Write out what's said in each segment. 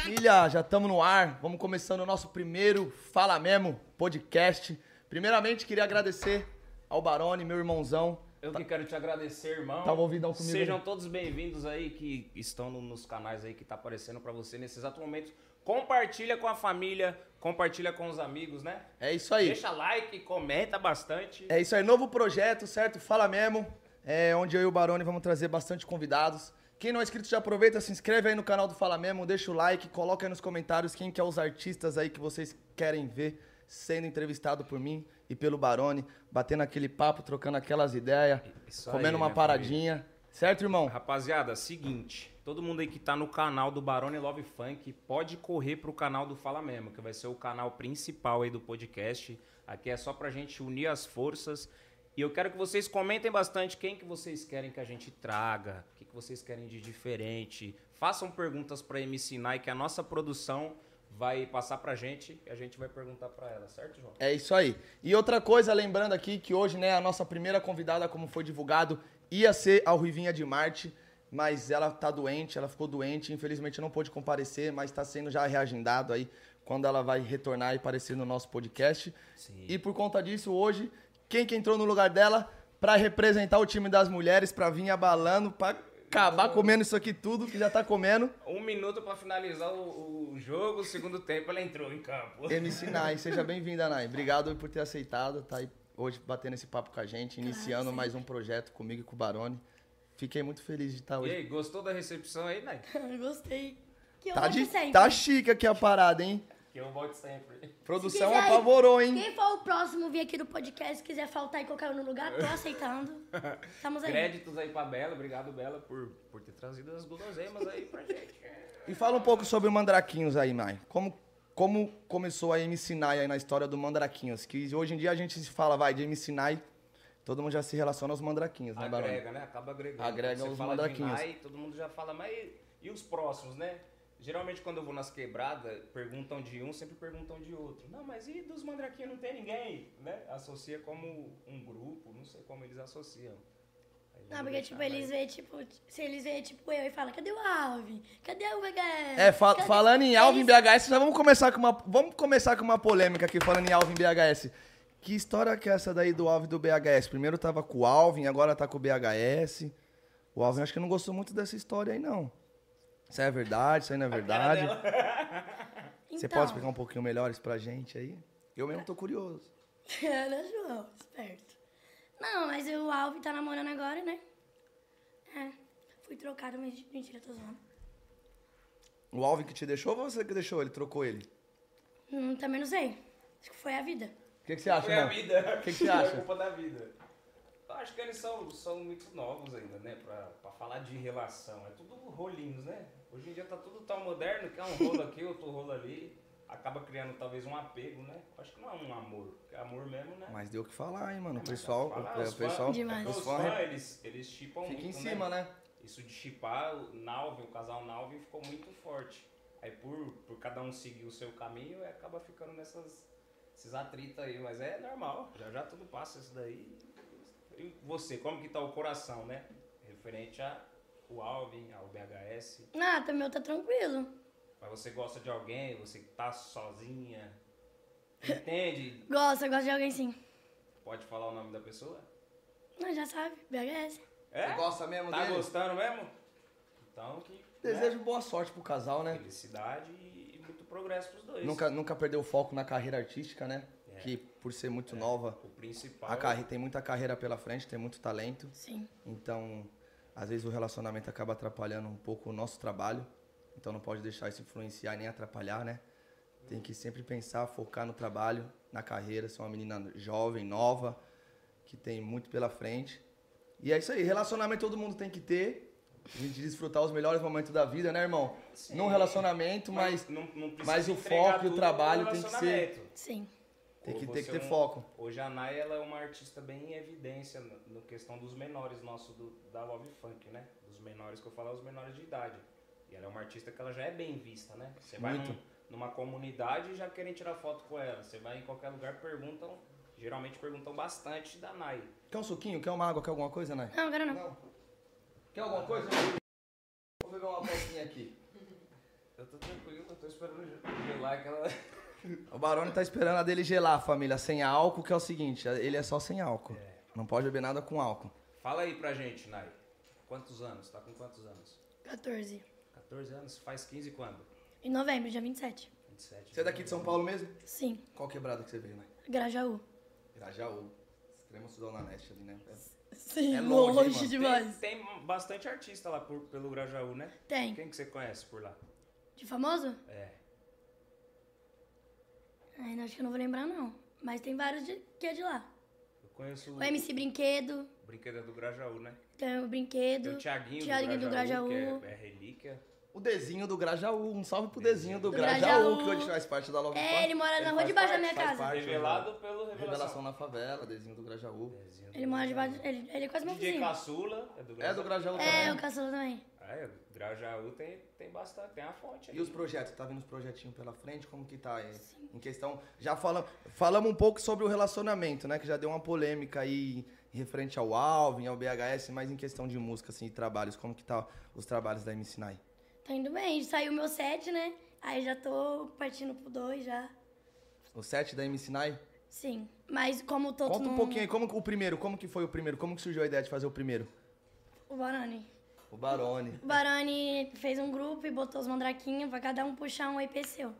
Família, já estamos no ar. Vamos começando o nosso primeiro Fala Memo podcast. Primeiramente, queria agradecer ao Barone, meu irmãozão. Eu que quero te agradecer, irmão. Tá ouvidão comigo, Sejam né? todos bem-vindos aí que estão no- nos canais aí que tá aparecendo pra você nesse exato momento. Compartilha com a família, compartilha com os amigos, né? É isso aí. Deixa like, comenta bastante. É isso aí, novo projeto, certo? Fala Memo, é, onde eu e o Barone vamos trazer bastante convidados. Quem não é inscrito já aproveita, se inscreve aí no canal do Fala Memo, deixa o like, coloca aí nos comentários quem que é os artistas aí que vocês querem ver sendo entrevistado por mim e pelo Barone, batendo aquele papo, trocando aquelas ideias, Isso aí, né, comendo uma minha paradinha. Certo, irmão? Rapaziada, seguinte, todo mundo aí que tá no canal do Barone Love Funk pode correr pro canal do Fala Mesmo, que vai ser o canal principal aí do podcast. Aqui é só pra gente unir as forças. E eu quero que vocês comentem bastante quem que vocês querem que a gente traga, o que, que vocês querem de diferente. Façam perguntas pra MC Nai, que a nossa produção vai passar pra gente e a gente vai perguntar pra ela, certo, João? É isso aí. E outra coisa, lembrando aqui que hoje, né, a nossa primeira convidada, como foi divulgado, ia ser a Ruivinha de Marte, mas ela tá doente, ela ficou doente, infelizmente não pôde comparecer, mas tá sendo já reagendado aí quando ela vai retornar e aparecer no nosso podcast. Sim. E por conta disso, hoje, quem que entrou no lugar dela pra representar o time das mulheres, pra vir abalando, pra Então acabar comendo isso aqui tudo que já tá comendo, Um minuto pra finalizar o, o jogo, o segundo tempo ela entrou em campo. MC Nai, seja bem-vinda, Nai. Obrigado por ter aceitado, tá aí hoje batendo esse papo com a gente, iniciando mais um projeto comigo e com o Barone. Fiquei muito feliz de estar E hoje. aí, gostou da recepção aí, Nai? Eu gostei. Que eu Tá, volte de, sempre. tá chique aqui a parada, hein? Que eu volte sempre. Produção quiser, apavorou, hein? Quem for o próximo vir aqui do podcast, se quiser faltar e colocar eu no lugar, tô aceitando. Estamos aí. Créditos aí pra Bela, obrigado Bela por, por ter trazido as guloseimas aí pra gente. E fala um pouco sobre o Mandraquinhos aí, Nai. Como, como começou a MC Nai aí na história do Mandraquinhos? Que hoje em dia a gente se fala, vai, de MC Nai, todo mundo já se relaciona aos Mandraquinhos, né, Barone? Agrega, né? Acaba agregando. Agrega Quando os fala de mandraquinhos. Nai, todo mundo já fala, mas e, e os próximos, né? Geralmente quando eu vou nas quebradas, perguntam de um, sempre perguntam de outro. Não, mas e dos mandraquinhos não tem ninguém, né? Associa como um grupo, não sei como eles associam. Aí vamos Não, porque deixar tipo, eles mais- veem, tipo, se eles veem, tipo, eu e falam, cadê o Alvin? Cadê o Gabriel? É, fa- Cadê- falando em Alvin Eles- BHS, já vamos começar com uma, vamos começar com uma polêmica aqui, falando em Alvin BHS. Que história que é essa daí do Alvin e do BHS? Primeiro tava com o Alvin, agora tá com o BHS. O Alvin acho que não gostou muito dessa história aí, não. Isso é verdade, isso aí não é verdade. Você Então, pode explicar um pouquinho melhor isso pra gente aí? Eu mesmo tô curioso. um- Ana João, esperto. Não, mas o Alvin tá namorando agora, né? É. Fui trocado, mas mentira, tô zoando. O Alvin que te deixou ou você que deixou ele? Trocou ele? Hum, também não sei. Acho que foi a vida. O que, que você acha, Foi a irmão? vida. O que que você acha? Foi culpa da vida. Eu acho que eles são, são muito novos ainda, né? Pra, pra falar de relação. É tudo rolinhos, né? Hoje em dia tá tudo tão moderno que é um rolo aqui, outro rolo ali. Acaba criando talvez um apego, né? Eu Acho que não é um amor. porque amor mesmo, né? Mas deu o que falar, hein, mano. O Mas dá pra pessoal, é, falar, o os fã- pessoal, Demais. os Os fãs fãs, eles, eles chipam muito, fica em cima, né? isso de chipar o Nalve, o casal Nalve ficou muito forte. Aí por, por cada um seguir o seu caminho, aí acaba ficando nessas esses atritos aí, mas é normal. Já já tudo passa isso daí. E você, como que tá o coração, né? Referente a o Alvin, ao BHS. Nada, meu tá tranquilo. Mas você gosta de alguém, você tá sozinha. Entende? Gosto, eu gosto de alguém sim. Pode falar o nome da pessoa? Não, já sabe, BHS. Você É? gosta mesmo Tá dele? gostando mesmo? Então que. né? Desejo boa sorte pro casal, né? É Felicidade e e muito progresso pros dois. Nunca, nunca perdeu o foco na carreira artística, né? É. Que por ser muito nova, O principal. a carre... tem muita carreira pela frente, tem muito talento. Sim. Então, às vezes o relacionamento acaba atrapalhando um pouco o nosso trabalho. Então não pode deixar isso influenciar nem atrapalhar, né? Tem que sempre pensar, focar no trabalho, na carreira, ser uma menina jovem, nova, que tem muito pela frente. E é isso aí, relacionamento todo mundo tem que ter. A gente desfrutar os melhores momentos da vida, né, irmão? Sim. Num relacionamento, mas não, não precisa mas o entregar foco e o tudo trabalho no tem que ser- relacionamento. Sim. Tem que, Ou tem que você ter é um- foco. Hoje a Nay ela é uma artista bem em evidência no- no questão dos menores nosso do, da Love Funk, né? Dos menores que eu falo, os menores de idade. E ela é uma artista que ela já é bem vista, né? Você vai Muito. num- numa comunidade e já querem tirar foto com ela. Você vai em qualquer lugar, perguntam, geralmente perguntam bastante da Nay. Quer um suquinho? Quer uma água? Quer alguma coisa, né? Nai? Não, agora não. Quer alguma coisa? Vou beber uma bolsinha aqui. Eu tô tranquilo, eu tô esperando gelar aquela. O Barone tá esperando a dele gelar, família, sem álcool, que é o seguinte, ele é só sem álcool. Não pode beber nada com álcool. Fala aí pra gente, Nai. Quantos anos? Tá com quantos anos? 14. 14 anos? Faz 15 quando? Em novembro, dia 27. 27. Você é daqui de São Paulo mesmo? Sim, Qual quebrada que você veio, né? Grajaú. Grajaú. Extremo Sudoneste ali, né? Sim, É longe, hein, mano? demais. Tem, tem bastante artista lá por- pelo Grajaú, né? Tem. Quem que você conhece por lá? De famoso? É. Ai, não, acho que eu não vou lembrar, não. Mas tem vários de- que é de lá. Eu conheço O MC Brinquedo, o Brinquedo é do Grajaú, né? tem o Brinquedo. Tem o Thiaguinho, Thiaguinho do Grajaú, que é, Grajaú. é relíquia. O Dezinho do Grajaú. Um salve pro Dezinho do, Do Grajaú, Grajaú. que hoje faz parte da Love É, Funk. ele mora na rua faz de baixo da parte- minha faz casa. parte, né? Revelado pelo é Revelação. Revelação. na favela, Dezinho do Grajaú. Ele mora debaixo. Ele, ele é quase meu DJ vizinho. Caçula é do É Grajaú. do Grajaú É, o também. Caçula também. Ah, é, o Grajaú tem, tem bastante, tem a fonte aí. E os projetos? Tá vindo os projetinhos pela frente? Como que tá aí? Em questão, já fala, falamos um pouco sobre o relacionamento, né? Que já deu uma polêmica aí referente ao Alvin, ao BHS, mas em questão de música, assim, e trabalhos, como que tá os trabalhos da MC Nai? Tá indo bem, saiu meu set, né? Aí já tô partindo pro dois já. O set da MC Nai? Sim. Mas como todo Conta um não- pouquinho aí, como que- o primeiro, como que foi o primeiro? Como que surgiu a ideia de fazer o primeiro? O Barone. O Barone. O Barone fez um grupo e botou os mandraquinhos pra cada um puxar um EP seu.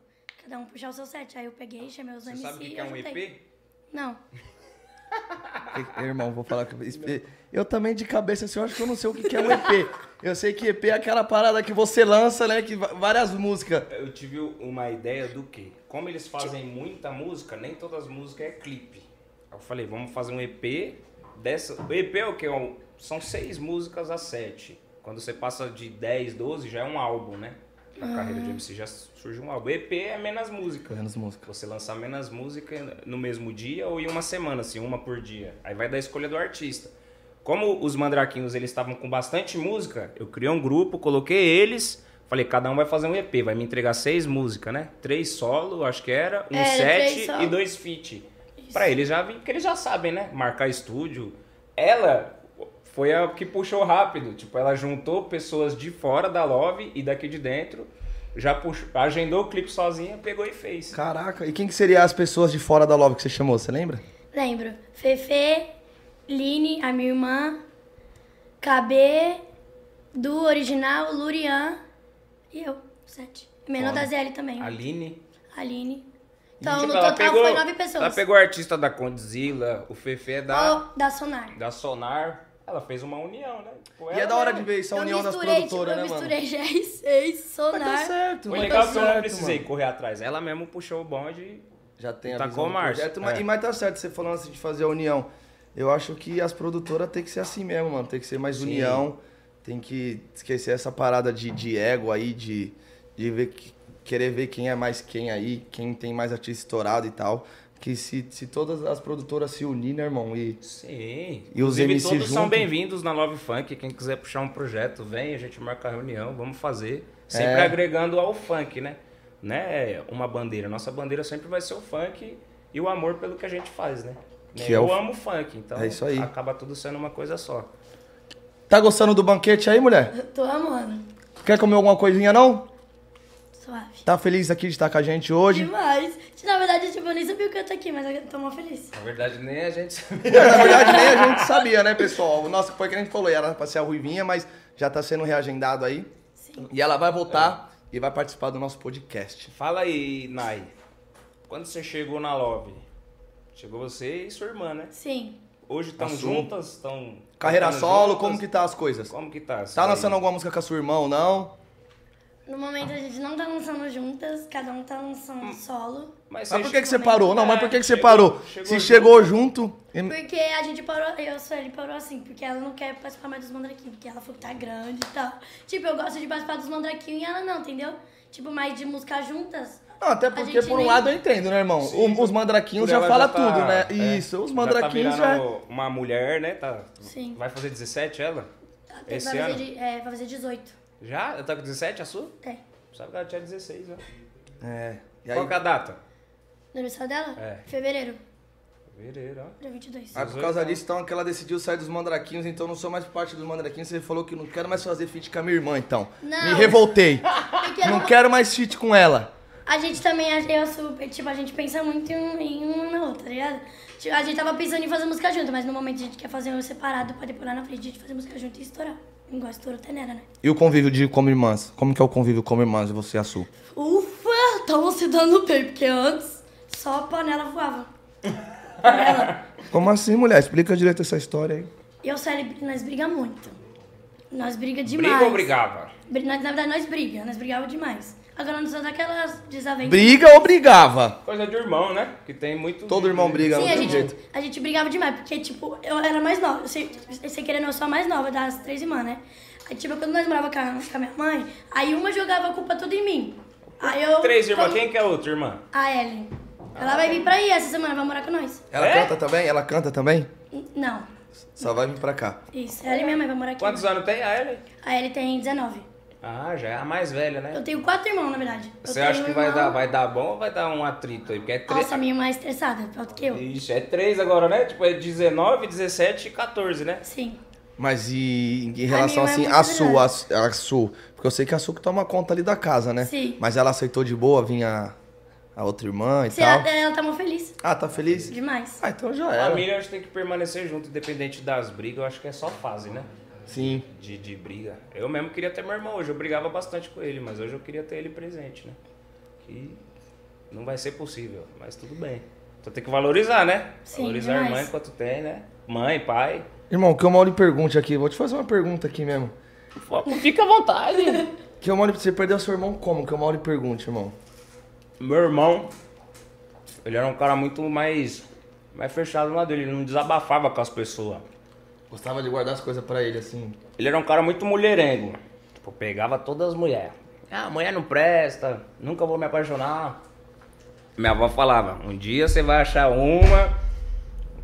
Cada um puxar o seu set. Aí eu peguei, chamei os Você MC sabe o que, e que é um juntei. EP? Não. Que- Irmão, vou falar que eu- espe- eu também de cabeça, assim, eu acho que eu não sei o que que é um EP. Eu sei que EP é aquela parada que você lança, né, que va- várias músicas. Eu tive uma ideia do que? Como eles fazem muita música, nem todas as músicas é clipe. Aí Eu falei, vamos fazer um EP dessa. O EP é o que? São seis músicas a sete. Quando você passa de 10, 12, já é um álbum, né? Na carreira de MC já surge um álbum. EP é menos música. Menos música. Você lançar menos música no mesmo dia ou em uma semana, assim, uma por dia. Aí vai da escolha do artista. Como os mandraquinhos eles estavam com bastante música, eu criei um grupo, coloquei eles, falei, cada um vai fazer um EP, vai me entregar seis músicas, né? Três solo, acho que era, um Era É, três set solo. e dois feat. Pra eles já vir, porque eles já sabem, né? Marcar estúdio. Ela foi a que puxou rápido. Tipo, ela juntou pessoas de fora da Love e daqui de dentro. Já puxou, agendou o clipe sozinha, pegou e fez. Caraca, e quem que seriam as pessoas de fora da Love que você chamou, você lembra? Lembro. Fefe, Line, a minha irmã, KB, do original, Lurian e eu, sete. Menor Foda. da ZL também. Aline. Aline. Então, Tipo, no ela total foi nove pessoas. Ela pegou o artista da Condzilla, o Fefe é da, Ó, da Sonar. da Sonar. Ela fez uma união, né? Tipo, E é ela da hora de mesmo. ver isso, a Eu união das misturei, produtoras, tipo, né, eu mano? misturei GR6, Sonar. Mas tá certo, Foi mas legal tá que eu não certo, precisei mano. correr atrás. Ela mesmo puxou o bonde. Já tem a Tacou visão a do marcha. projeto, mas, É. e- mas tá certo, você falando assim de fazer a união. Eu acho que as produtoras tem que ser assim mesmo, mano. Tem que ser mais Sim. união, tem que esquecer essa parada de, de ego aí, de, de ver que- querer ver quem é mais quem aí, quem tem mais artista estourado e tal. Que se, se todas as produtoras se unirem, né, irmão, e Sim. E os Inclusive, MC todos são junto? bem-vindos na Love Funk. Quem quiser puxar um projeto, vem, a gente marca a reunião, vamos fazer. Sempre É. agregando ao funk, né? Né? Uma bandeira. Nossa bandeira sempre vai ser o funk e o amor pelo que a gente faz, né? Que é eu o- amo funk, então É isso aí. acaba tudo sendo uma coisa só. Tá gostando do banquete aí, mulher? Eu tô amando. Quer comer alguma coisinha não? Suave. Tá feliz aqui de estar com a gente hoje? Demais. Na verdade, tipo, eu nem sabia o que eu tô aqui, mas eu tô mó feliz. Na verdade, nem a gente sabe. Na verdade, nem a gente sabia, né, pessoal? O nosso foi que a gente falou, e era pra ser a Ruivinha, mas já tá sendo reagendado aí. Sim. E ela vai voltar e vai participar do nosso podcast. Fala aí, Nai. Quando você chegou na Love? Chegou você e sua irmã, né? Sim. Hoje estão Assunto. juntas? Estão. Carreira solo, como que tá as coisas? Como que tá? isso Tá daí? lançando alguma música com a sua irmã ou não? No momento a gente não tá lançando juntas, cada um tá lançando solo. Mas Mas, você por que, que você chegou- parou? Não, mas por que, que você Chegou- parou? chegou Se junto. chegou junto. e- Porque a gente parou, eu sou ele parou assim, porque ela não quer participar mais dos mandraquinhos, porque ela falou que tá grande e tal. Tipo, eu gosto de participar dos mandraquinhos e ela não, entendeu? Tipo, mais de música juntas. Não, até A porque, gente por um nem- lado, eu entendo, né, irmão? Sim, O- os mandraquinhos Por já ela fala tá- tudo, né? é, Isso, os mandraquinhos já. Tá já. é. virando uma mulher, né? Tá, Sim. Vai fazer 17 ela? Ela tem- Esse vai, ano? Fazer de- é, vai fazer 18. Já? Ela tá com 17, a sua? É. Sabe que ela tinha 16, né? É. E aí, Qual que é a data? No aniversário dela? É. Ah, Fevereiro. Fevereiro, ó. Dia 22. Aí por causa disso, então, que ela decidiu sair dos mandraquinhos, então eu não sou mais parte dos mandraquinhos. Você falou que não quero mais fazer feat com a minha irmã, então. Não. Me revoltei. Porque eu não não- quero mais feat com ela. A gente também, a- eu super, tipo, a gente pensa muito em, um- em uma na outra, tá ligado? Tipo, a gente tava pensando em fazer música junto, mas no momento a gente quer fazer um separado pra depois lá na frente a gente fazer música junto e estourar. Igual estourou Tenera, né? E o convívio de como irmãs? Como que é o convívio como irmãs de você e a Su? Ufa, estavam se dando bem, porque antes só a panela voava. Panela. Como assim, mulher? Explica direito essa história aí. Eu e o Célio, nós briga muito. Nós briga demais. Briga ou brigava? Bri- nós- Na verdade, nós briga, nós brigava demais. Agora nós só daquelas desavenças. Briga ou brigava? Coisa de irmão, né? Que tem muito. Todo irmão briga, Sim, não a tem gente, jeito. a gente brigava demais, porque, tipo, eu era mais nova. Você, você querendo, eu sou a mais nova das três irmãs, né? Aí, tipo, quando nós morava com a, com a minha mãe, aí uma jogava a culpa toda em mim. Aí eu. Três irmãs. como- Quem que é outra irmã? A Ellen. Ela vai vir pra aí essa semana, vai morar com nós. Ela É? canta também? Ela canta também? N- Não. Só vai vir pra cá. Isso, ela e minha mãe vai morar aqui. Quantos anos tem a Ellen? A Ellen tem 19. Ah, já é a mais velha, né? Eu tenho quatro irmãos, na verdade. Eu Você tenho acha um que vai irmão- dar, vai dar bom ou vai dar um atrito aí? Porque é três. Nossa, a minha irmã é estressada, pior do que eu. Ixi, é três agora, né? Tipo, é 19, 17 e 14, né? Sim. Mas e em A minha relação irmã é assim, muito a Su, grande. a, Su- a Su, porque eu sei que a Su que toma conta ali da casa, né? Sim. Mas ela aceitou de boa vir a, a outra irmã e Se tal. ela, ela tá mó feliz. Ah, tá feliz? Demais. Ah, então É. já A era. família acho que tem que permanecer junto, independente das brigas. Eu acho que é só fase, né? Sim. De, de briga. Eu mesmo queria ter meu irmão hoje. Eu brigava bastante com ele, mas hoje eu queria ter ele presente, né? Que não vai ser possível, mas tudo bem. Então tem que valorizar, né? Sim, valorizar a irmã demais. enquanto tem, né? Mãe, pai. Irmão, que eu mal lhe pergunte aqui, vou te fazer uma pergunta aqui mesmo. Fica à vontade. Que eu mal lhe... Você perdeu seu irmão como? Que eu mal lhe pergunte, irmão. Meu irmão, ele era um cara muito mais, mais fechado lá dele. Ele não desabafava com as pessoas. Gostava de guardar as coisas pra ele, assim. Ele era um cara muito mulherengo. Tipo, pegava todas as mulheres. Ah, mulher não presta, nunca vou me apaixonar. Minha avó falava, um dia você vai achar uma.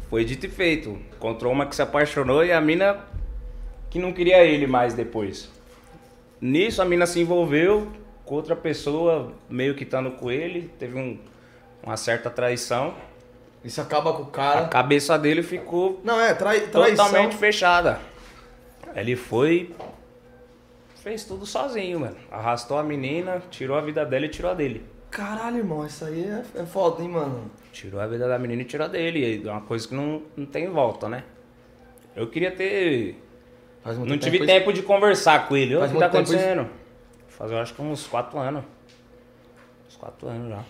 Foi dito e feito. Encontrou uma que se apaixonou e a mina que não queria ele mais depois. Nisso a mina se envolveu com outra pessoa, meio que estando com ele. Teve um- uma certa traição. Isso acaba com o A cara. cabeça dele ficou Não, é, trai, traição. totalmente fechada. Ele foi. Fez tudo sozinho, mano. Arrastou a menina, tirou a vida dela e tirou a dele. Caralho, irmão, isso aí é, é foda, hein, mano? Tirou a vida da menina e tirou a dele. É uma coisa que não, não tem volta, né? Eu queria ter. Faz não tive isso. tempo de conversar com ele. Ô, O Faz que tá muito tempo isso? acontecendo? Faz eu acho que uns 4 anos. Uns 4 anos já.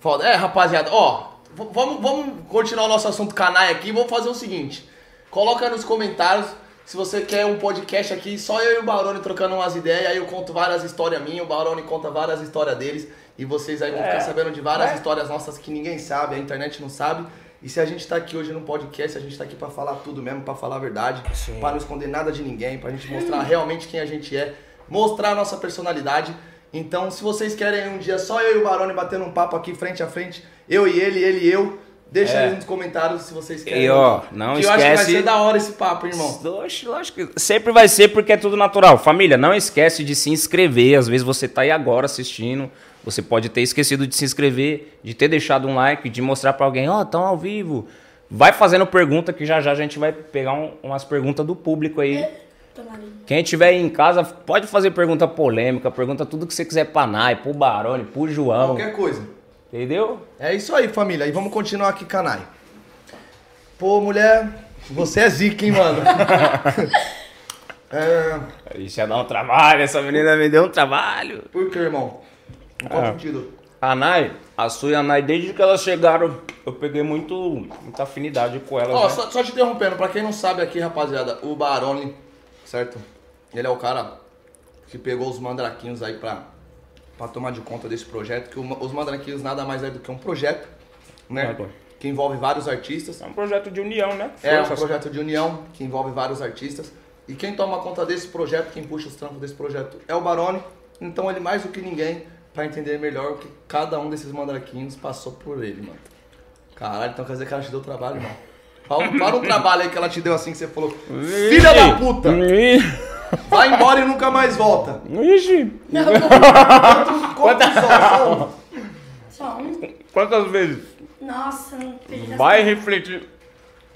Foda. É, rapaziada, ó, v- vamos, vamos continuar o nosso assunto canalha aqui. Vamos fazer o seguinte: coloca nos comentários se você quer um podcast aqui, só eu e o Barone trocando umas ideias. Aí eu conto várias histórias minhas, o Barone conta várias histórias deles. E vocês aí vão ficar sabendo de várias histórias nossas que ninguém sabe, a internet não sabe. E se a gente tá aqui hoje no podcast, a gente tá aqui pra falar tudo mesmo, pra falar a verdade, Sim. pra não esconder nada de ninguém, pra gente mostrar realmente quem a gente é, mostrar a nossa personalidade. Então, se vocês querem um dia só eu e o Barone batendo um papo aqui frente a frente, eu e ele, ele e eu, deixa aí nos comentários se vocês querem. É. E, ó, não que eu acho que vai esquece- ser da hora esse papo, irmão. Oxe, lógico que sempre vai ser porque é tudo natural. Família, não esquece de se inscrever. Às vezes você tá aí agora assistindo, você pode ter esquecido de se inscrever, de ter deixado um like, de mostrar pra alguém, ó, estão ao vivo. Vai fazendo pergunta que já já a gente vai pegar um- umas perguntas do público aí. Tô na linha. Quem tiver aí em casa pode fazer pergunta polêmica, pergunta tudo que você quiser pra Nai, pro Barone, pro João, Qualquer coisa. entendeu? É isso aí, família. E vamos continuar aqui, canai. Pô, mulher, você é zica, hein, mano? é, Isso ia dar um trabalho, essa menina me deu um trabalho. por que, irmão? Em qual sentido? A Nai, a Su e a Nai, desde que elas chegaram, eu peguei muito, muita afinidade com elas. Ó, né? só, só te interrompendo, pra quem não sabe aqui, rapaziada, o Barone, certo? Ele é o cara que pegou os mandraquinhos aí pra, pra tomar de conta desse projeto, que o ma- os mandraquinhos nada mais é do que um projeto, né? Claro. Que envolve vários artistas. É um projeto de união, né? É um Forças. projeto de união que envolve vários artistas. E quem toma conta desse projeto, quem puxa os trampos desse projeto é o Barone. Então ele mais do que ninguém pra entender melhor o que cada um desses mandraquinhos passou por ele, mano. Caralho, então quer dizer que ela te deu trabalho, mano. Fala, fala um trabalho aí que ela te deu assim que você falou. Filha da puta! Vai embora e nunca mais volta! Ixi, Não, Conta só, só um. só um. quantas vezes? Nossa, não perdi Vai refletir.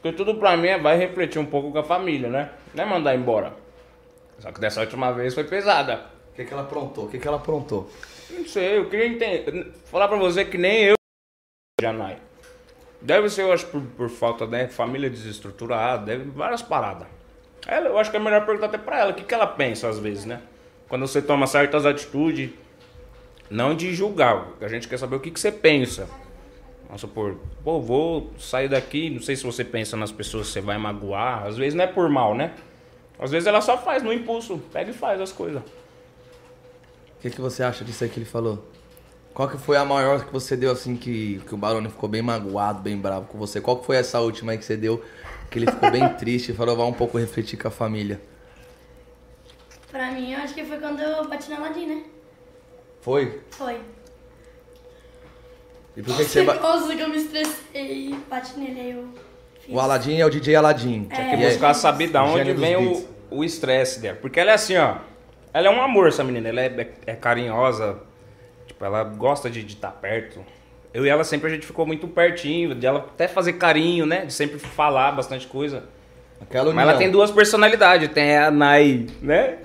Porque tudo pra mim é vai refletir um pouco com a família, né? Não é mandar embora. Só que dessa última vez foi pesada. O que, que ela aprontou? O que, que ela aprontou? Não sei, eu queria entender. Falar pra você que nem eu. Janai. Deve ser, eu acho, por, por falta da família desestruturada, deve várias paradas. Ela, eu acho que é melhor perguntar até pra ela o que, que ela pensa às vezes, né? Quando você toma certas atitudes, não de julgar, a gente quer saber o que, que você pensa. Vamos supor, pô, vou sair daqui, não sei se você pensa nas pessoas, você vai magoar, às vezes não é por mal, né? Às vezes ela só faz no impulso, pega e faz as coisas. O que, que você acha disso aí que ele falou? Qual que foi a maior que você deu assim que, que o Barone ficou bem magoado, bem bravo com você? Qual que foi essa última aí que você deu que ele ficou bem triste e falou, vai um pouco refletir com a família? Pra mim, eu acho que foi quando eu bati na Madin, né? Foi? Foi. E por que, que você... ba- Nossa, que eu me estressei. Bati nele, aí eu fiz. O Aladim é o DJ Aladim. É. Tem que E aí? buscar saber da O onde gênio dos vem o beats. o estresse dela. Porque ela é assim, ó. Ela é um amor, essa menina. Ela é, é- é carinhosa. Tipo, ela gosta de estar perto. Eu e ela sempre a gente ficou muito pertinho. De ela até fazer carinho, né? De sempre falar bastante coisa. Aquela Mas ela tem duas personalidades. Tem a Nai, né?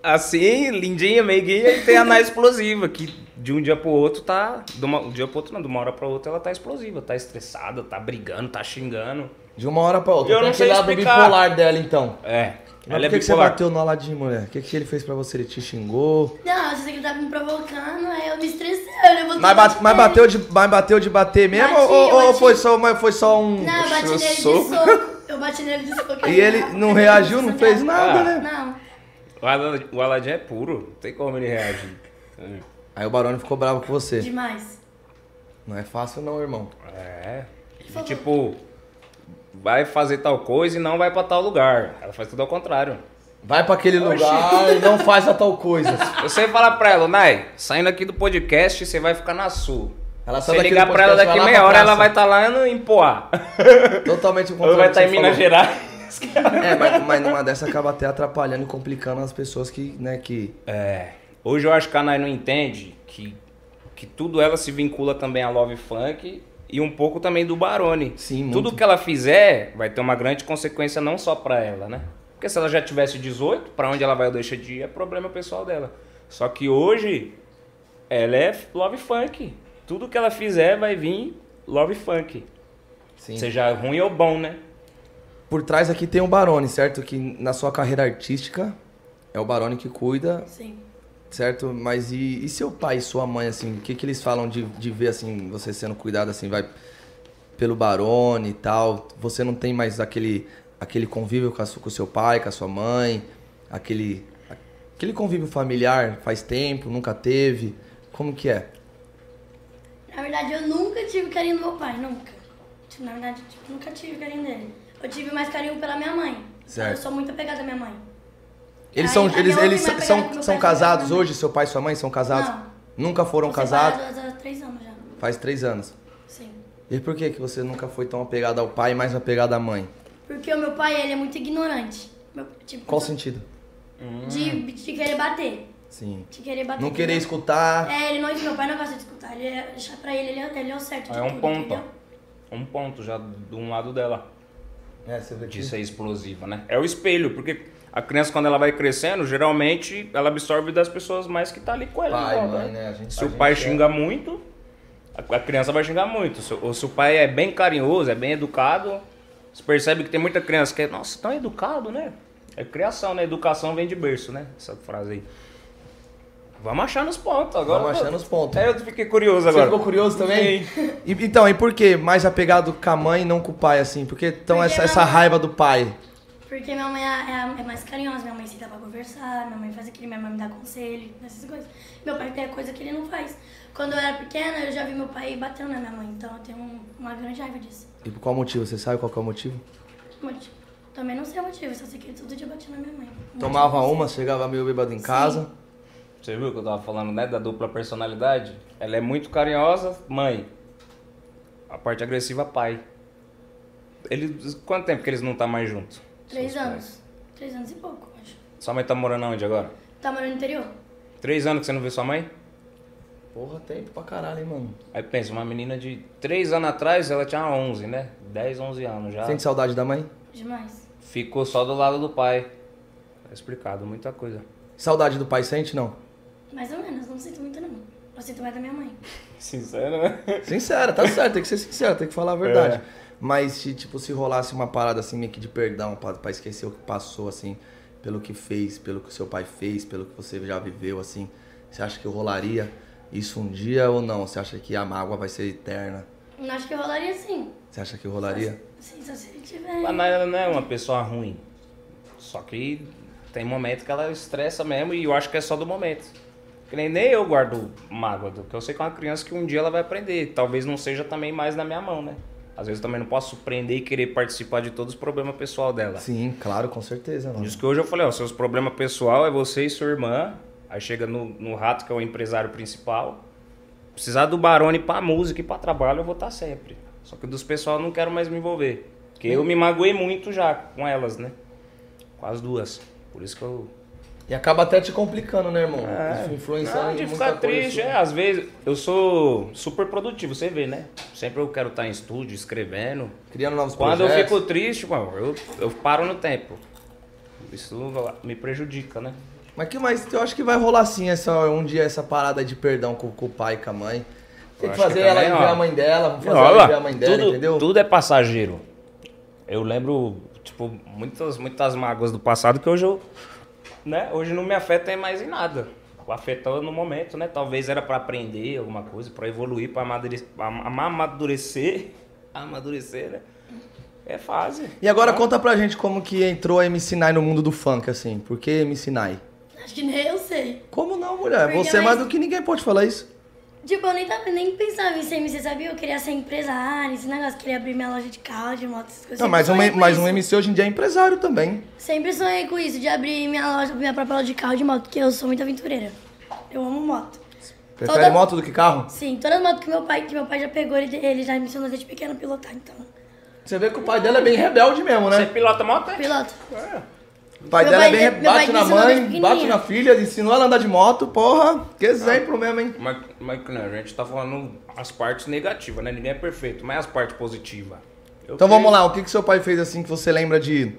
Assim, lindinha, meio guia. E tem a Nai explosiva, que de um dia pro outro tá... De, uma, de um dia pro outro, não. De uma hora pra outra ela tá explosiva. Tá estressada, tá brigando, tá xingando. De uma hora pra outra. Eu Tem não aquele sei lado explicar. bipolar dela, então. É. Mas ela é por que, que você bipolar. bateu no Aladim, mulher? O que, que ele fez pra você? Ele te xingou? Não, eu sei que ele tava me provocando, aí eu me estressei, eu levantei. Mas, bate- mas bateu, de, mas bateu de bater mesmo? Bati, ou ou- ou bati. foi, só, mas foi só um. Não, eu bati Eu nele de sou- soco. Eu bati nele de soco. E ele não reagiu, não fez nada, Ah. né? Não. O Aladim, o Aladim é puro, não tem como ele reagir. Aí o Barone ficou bravo com você. Demais. Não é fácil não, irmão. É. E, tipo, vai fazer tal coisa e não vai pra tal lugar. Ela faz tudo ao contrário. Vai pra aquele lugar e não faz a tal coisa. Você fala pra ela, Nai, saindo aqui do podcast, você vai ficar na sua. Ela sai Se daqui ligar do pra ela podcast, vai daqui lá meia pra hora, ela praça. vai estar lá no, em Poá. Totalmente o contrário. Ou vai do estar que em você falou. Minas Gerais. É, mas, mas numa dessa acaba até atrapalhando e complicando as pessoas que, né, que... É. Hoje eu acho que a Nai não entende que, que tudo ela se vincula também a Love Funk e um pouco também do Barone. Sim, tudo muito. que ela fizer vai ter uma grande consequência não só pra ela, né? Porque se ela já tivesse 18, pra onde ela vai ou deixa de ir é problema pessoal dela. Só que hoje ela é Love Funk. Tudo que ela fizer vai vir Love Funk. Sim. Seja ruim ou bom, né? Por trás aqui tem o Barone, certo? Que na sua carreira artística, é o Barone que cuida, Sim. certo? Mas e, e seu pai e sua mãe, assim, o que, que eles falam de, de ver, assim, você sendo cuidado, assim, vai pelo Barone e tal? Você não tem mais aquele, aquele convívio com, a su- com o seu pai, com a sua mãe, aquele, aquele convívio familiar faz tempo, nunca teve? Como que é? Na verdade, eu nunca tive carinho do meu pai, nunca. Tipo, Na verdade, tipo, nunca tive carinho dele. Eu tive mais carinho pela minha mãe. Certo. Eu sou muito apegada à minha mãe. Eles Aí, são, aí eles, eu eles são, ouvi mais são, pegar do meu são pai, casados né? hoje? Seu pai e sua mãe são casados? Nunca foram Sou casados? separada Há três anos já. Faz três anos. Sim. E por que, que você nunca foi tão apegado ao pai, mais apegado à mãe? Porque o meu pai, ele é muito ignorante. Meu- tipo, Qual sentido? de, de querer bater. Sim. De querer bater. Não querer entendeu? escutar. É, ele não, meu pai não gosta de escutar. Ele é, deixa pra ele, ele é, ele é o certo. de É um tudo, ponto. entendeu? Um ponto já de um lado dela. É, você vê que- de ser explosiva, né? É o espelho, porque a criança quando ela vai crescendo, geralmente ela absorve das pessoas mais que tá ali com ela. Pai, em volta, mãe, né? A gente- se a o gente pai é- xinga muito, a, a criança vai xingar muito. Se, ou se o pai é bem carinhoso, é bem educado, você percebe que tem muita criança que é, nossa, tão educado, né? É criação, né? Educação vem de berço, né? Essa frase aí. Vamos achar nos pontos agora. Vamos achar nos pontos. É, eu fiquei curioso Você agora. ficou curioso também? E- então, e por que mais apegado com a mãe e não com o pai, assim? Por que então Porque essa, não- essa raiva do pai? Porque minha mãe é, é a- é mais carinhosa, minha mãe senta pra conversar, minha mãe faz aquilo, minha mãe me dá conselho, essas coisas. Meu pai tem coisa que ele não faz. Quando eu era pequena, eu já vi meu pai batendo na minha mãe, então eu tenho um- uma grande raiva disso. E por qual motivo? Você sabe qual que é o motivo? Mas, também não sei o motivo, só sei que ele todo dia batia na minha mãe. Tomava assim. uma, chegava meio bêbado em casa. Você viu o que eu tava falando, né? Da dupla personalidade. Ela é muito carinhosa, mãe. A parte agressiva, pai. Eles, quanto tempo que eles não estão mais juntos? Três Seus pais? anos. Três anos e pouco, acho. Sua mãe tá morando onde agora? Tá morando no interior? Três anos que você não vê sua mãe? Porra, tempo pra caralho, hein, mano. Aí pensa, uma menina de 3 anos atrás, ela tinha 11, né? 10, 11 anos já. Sente saudade da mãe? Demais. Ficou só do lado do pai. Tá explicado muita coisa. Saudade do pai sente, não? Mais ou menos, não sinto muito não. Eu sinto mais da minha mãe. Sincero, né? Sincera, tá certo, tem que ser sincero, tem que falar a É. verdade. Mas se, tipo, se rolasse uma parada assim, meio que de perdão, pra, pra esquecer o que passou, assim, pelo que fez, pelo que o seu pai fez, pelo que você já viveu, assim, você acha que rolaria isso um dia ou não? Você acha que a mágoa vai ser eterna? Eu Acho que rolaria sim. Você acha que rolaria? Sim, só se ele tiver. A Nayara não é uma pessoa ruim. Só que tem momento que ela estressa mesmo e eu acho que é só do momento. Que nem, nem eu guardo mágoa, do que eu sei que é uma criança que um dia ela vai aprender. Talvez não seja também mais na minha mão, né? Às vezes eu também não posso prender e querer participar de todos os problemas pessoal dela. Sim, claro, com certeza, Por mano. isso Uhum. que hoje eu falei, ó, seus problemas pessoal é você e sua irmã. Aí chega no, no rato, que é o empresário principal. Precisar do Barone pra música e pra trabalho, eu vou estar sempre. Só que dos pessoal eu não quero mais me envolver. Porque eu me magoei muito já com elas, né? Com as duas. Por isso que eu. E acaba até te complicando, né, irmão? É. Isso influencia Ah, em de muita ficar coisa, triste, assim. é. Às vezes eu sou super produtivo, você vê, né? Sempre eu quero estar em estúdio, escrevendo. Criando novos Quando eu projetos. fico triste, mano, eu, eu paro no tempo. Isso me prejudica, né? Mas que mais? Eu acho que vai rolar sim essa, um dia essa parada de perdão com, com o pai e com a mãe. Tem Eu que acho fazer que ela também, enviar ó. a mãe dela, vamos fazer Olha ela lá, enviar a mãe dela, tudo, entendeu? tudo é passageiro. Eu lembro, tipo, muitas, muitas mágoas do passado que hoje eu, né, hoje não me afeta mais em nada. Afetou no momento, né? Talvez era pra aprender alguma coisa, pra evoluir, pra amadurecer, amadurecer, amadurecer, né? É fase. E agora conta pra gente como que entrou a MC Nai no mundo do funk, assim. Por que MC Nai? Acho que nem eu sei. Como não, mulher? Porque Você é mais mais- do que ninguém pode falar isso. Tipo, eu nem, tava, nem pensava em ser MC, sabia? Eu queria ser empresária, esse negócio. Queria abrir minha loja de carro, de moto, essas coisas. Não, Sempre mas um, sonhei com mas um isso. MC hoje em dia é empresário também. Sempre sonhei com isso, de abrir minha loja, minha própria loja de carro e de moto, porque eu sou muito aventureira. Eu amo moto. Prefere Toda- moto do que carro? Sim, todas as motos que meu pai, que meu pai já pegou, ele, ele já me ensinou desde pequeno a pilotar, então. Você vê que o pai dela é bem rebelde mesmo, Você né? pilota moto? é? Piloto. O pai Meu dela pai- é bem re- meu pai bate na ensinou desde mãe, bate pequenininha. na filha, ensinou ela a andar de moto, porra. Que exemplo mesmo, hein? Mas, mas que não, a gente tá falando as partes negativas, né? Ninguém é perfeito, mas as partes positivas. Eu Então vamos creio- lá, o que, que seu pai fez assim que você lembra de.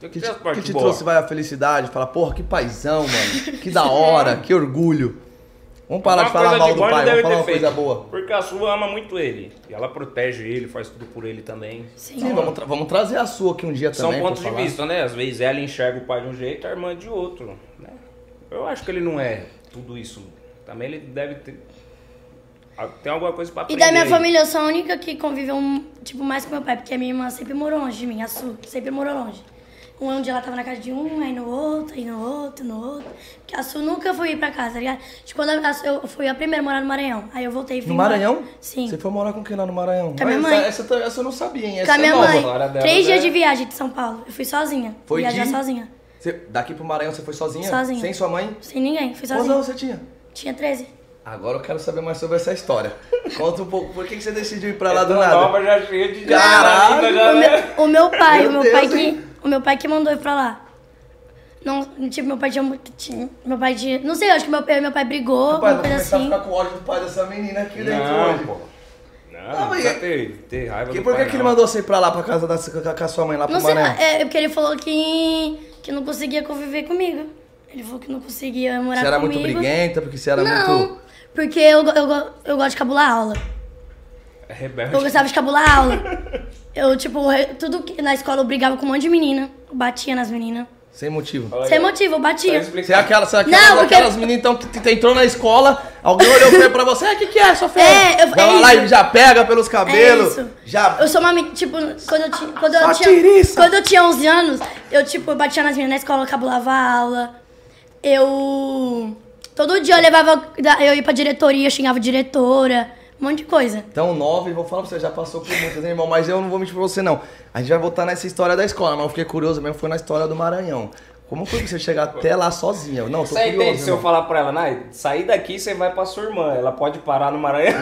Tem que, Que ter te, as partes que te boas. trouxe vai a felicidade? Fala, porra, que paizão, mano. Que da hora, que orgulho. Vamos parar de Uma falar coisa mal do bom ele pai, deve vamos falar ter uma feito, coisa boa. Porque a sua ama muito ele. E ela protege ele, faz tudo por ele também. Sim. Sim, vamos, tra- vamos trazer a sua aqui um dia São também. pra pontos de falar. vista, né? Às vezes ela enxerga o pai de um jeito, a irmã de outro. né? Eu acho que ele não é tudo isso. Também ele deve ter. ah, Tem alguma coisa pra E aprender. da minha aí. família, eu sou a única que conviveu, um- tipo, mais com meu pai, porque a minha irmã sempre morou longe de mim, a Su, sempre morou longe. Um ano ela tava na casa de um, aí no outro, aí no outro, no outro. Porque a Su nunca foi ir pra casa, tá ligado? Tipo, quando a, a Su, eu fui a primeira a morar no Maranhão, aí eu voltei e vim No Maranhão? morar- Sim. Você foi morar com quem lá no Maranhão? Com a minha Mas mãe. Essa, essa, essa eu não sabia, hein? Com Essa a é minha nova. mãe. Agora dela, Três dias né? de viagem de São Paulo. Eu fui sozinha. Foi viajar de- sozinha. Você- daqui pro Maranhão você foi sozinha? Sozinha. Sem sua mãe? Sem ninguém, fui Quantos sozinha. anos você tinha? Tinha 13. Agora eu quero saber mais sobre essa história. Conta um pouco, por que que você decidiu ir pra lá do Essa nada? nova já cheia de Caralho, já, já, O né? meu, o meu pai, Meu o meu Deus, pai que, hein? o meu pai que mandou ir pra lá. Não, tipo, meu pai tinha, muito- tinha- meu pai tinha, não sei, eu acho que meu pai, meu pai brigou, Rapaz, uma vou coisa começar a assim. ficar com ódio do pai dessa menina aqui dentro Não, hoje. pô. Não, Não, não mas- é- precisa ter, ter raiva Que, do por que, pai, que ele não. mandou você ir pra lá, pra casa da, com a- com a sua mãe lá pro Não sei, Maranhão? é é porque ele falou que que não conseguia conviver comigo. Ele falou que não conseguia morar Você era comigo. muito briguenta, porque você era não, muito. porque eu, go- eu, go- eu gosto de cabular aula. É rebelde. Eu gostava de cabular aula. Eu, tipo, eu- tudo que na escola eu brigava com um monte de menina, batia nas meninas. Sem motivo. Olha Sem aí, motivo, eu tá batia. Você é explicado. aquela, você é Não, aquelas, porque- aquelas meninas então, que t- t- entrou na escola, alguém olhou feio pra você, ah, o que, que é, sua feia? É, eu- Vai é lá isso. e já pega pelos cabelos, É isso. já... Eu sou uma menina, tipo, quando eu, ti, quando, eu Só tinha, tiriça. quando eu tinha 11 anos, eu, tipo, eu batia nas meninas na escola, cabulava a aula. Eu... Todo dia eu levava, eu ia pra diretoria, xingava a diretora, um monte de coisa. Então, nove, vou falar pra você, já passou por muitas, hein, irmão, mas eu não vou mentir pra você, não. A gente vai voltar nessa história da escola, mas eu fiquei curioso mesmo, foi na história do Maranhão. Como foi que você chegar até lá sozinha? Não, eu tô Você entende curioso, né? se eu irmão. falar pra ela, Nai, sair daqui você vai pra sua irmã. Ela pode parar no Maranhão.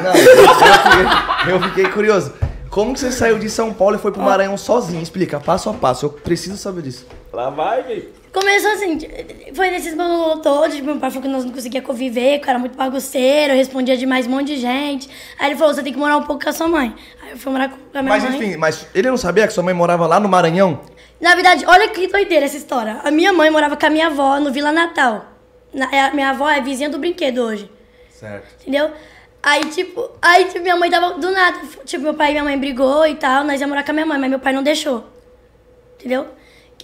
Não, eu, eu fiquei, eu fiquei curioso. Como que você saiu de São Paulo e foi pro Maranhão sozinho? Explica, passo a passo, eu preciso saber disso. Lá vai, velho. Começou assim, t- foi nesses bololô todos, tipo, meu pai falou que nós não conseguia conviver, que eu era muito bagunceiro, eu respondia demais um monte de gente. Aí ele falou, você tem que morar um pouco com a sua mãe. Aí eu fui morar com a minha Mas mãe. enfim, mas ele não sabia que sua mãe morava lá no Maranhão? Na verdade, olha que doideira essa história. A minha mãe morava com a minha avó no Vila Natal. Na- é a- minha avó é vizinha do brinquedo hoje. Certo. Entendeu? Aí, tipo, aí tipo, minha mãe tava do nada. Tipo, meu pai e minha mãe brigou e tal. Nós ia morar com a minha mãe, mas meu pai não deixou. Entendeu?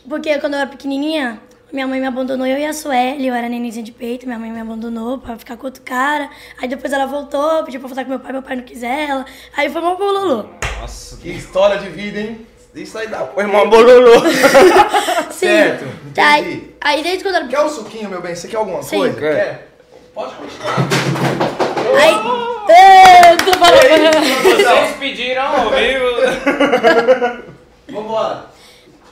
Porque quando eu era pequenininha, minha mãe me abandonou, eu e a Sueli. Eu era nenenzinha de peito, minha mãe me abandonou pra ficar com outro cara. Aí depois ela voltou, pediu pra voltar com meu pai, meu pai não quis ela. Aí foi mó bololô. Nossa, Que história de vida, hein? Isso aí dá. Foi uma bololô. Sim. tá, Certo, entendi. Aí, aí desde quando eu era Quer um suquinho, meu bem? Você quer alguma É. Sim. coisa? Quer. Pode continuar. Aí. Ê, tô falando. vocês pediram ao vivo. Vambora.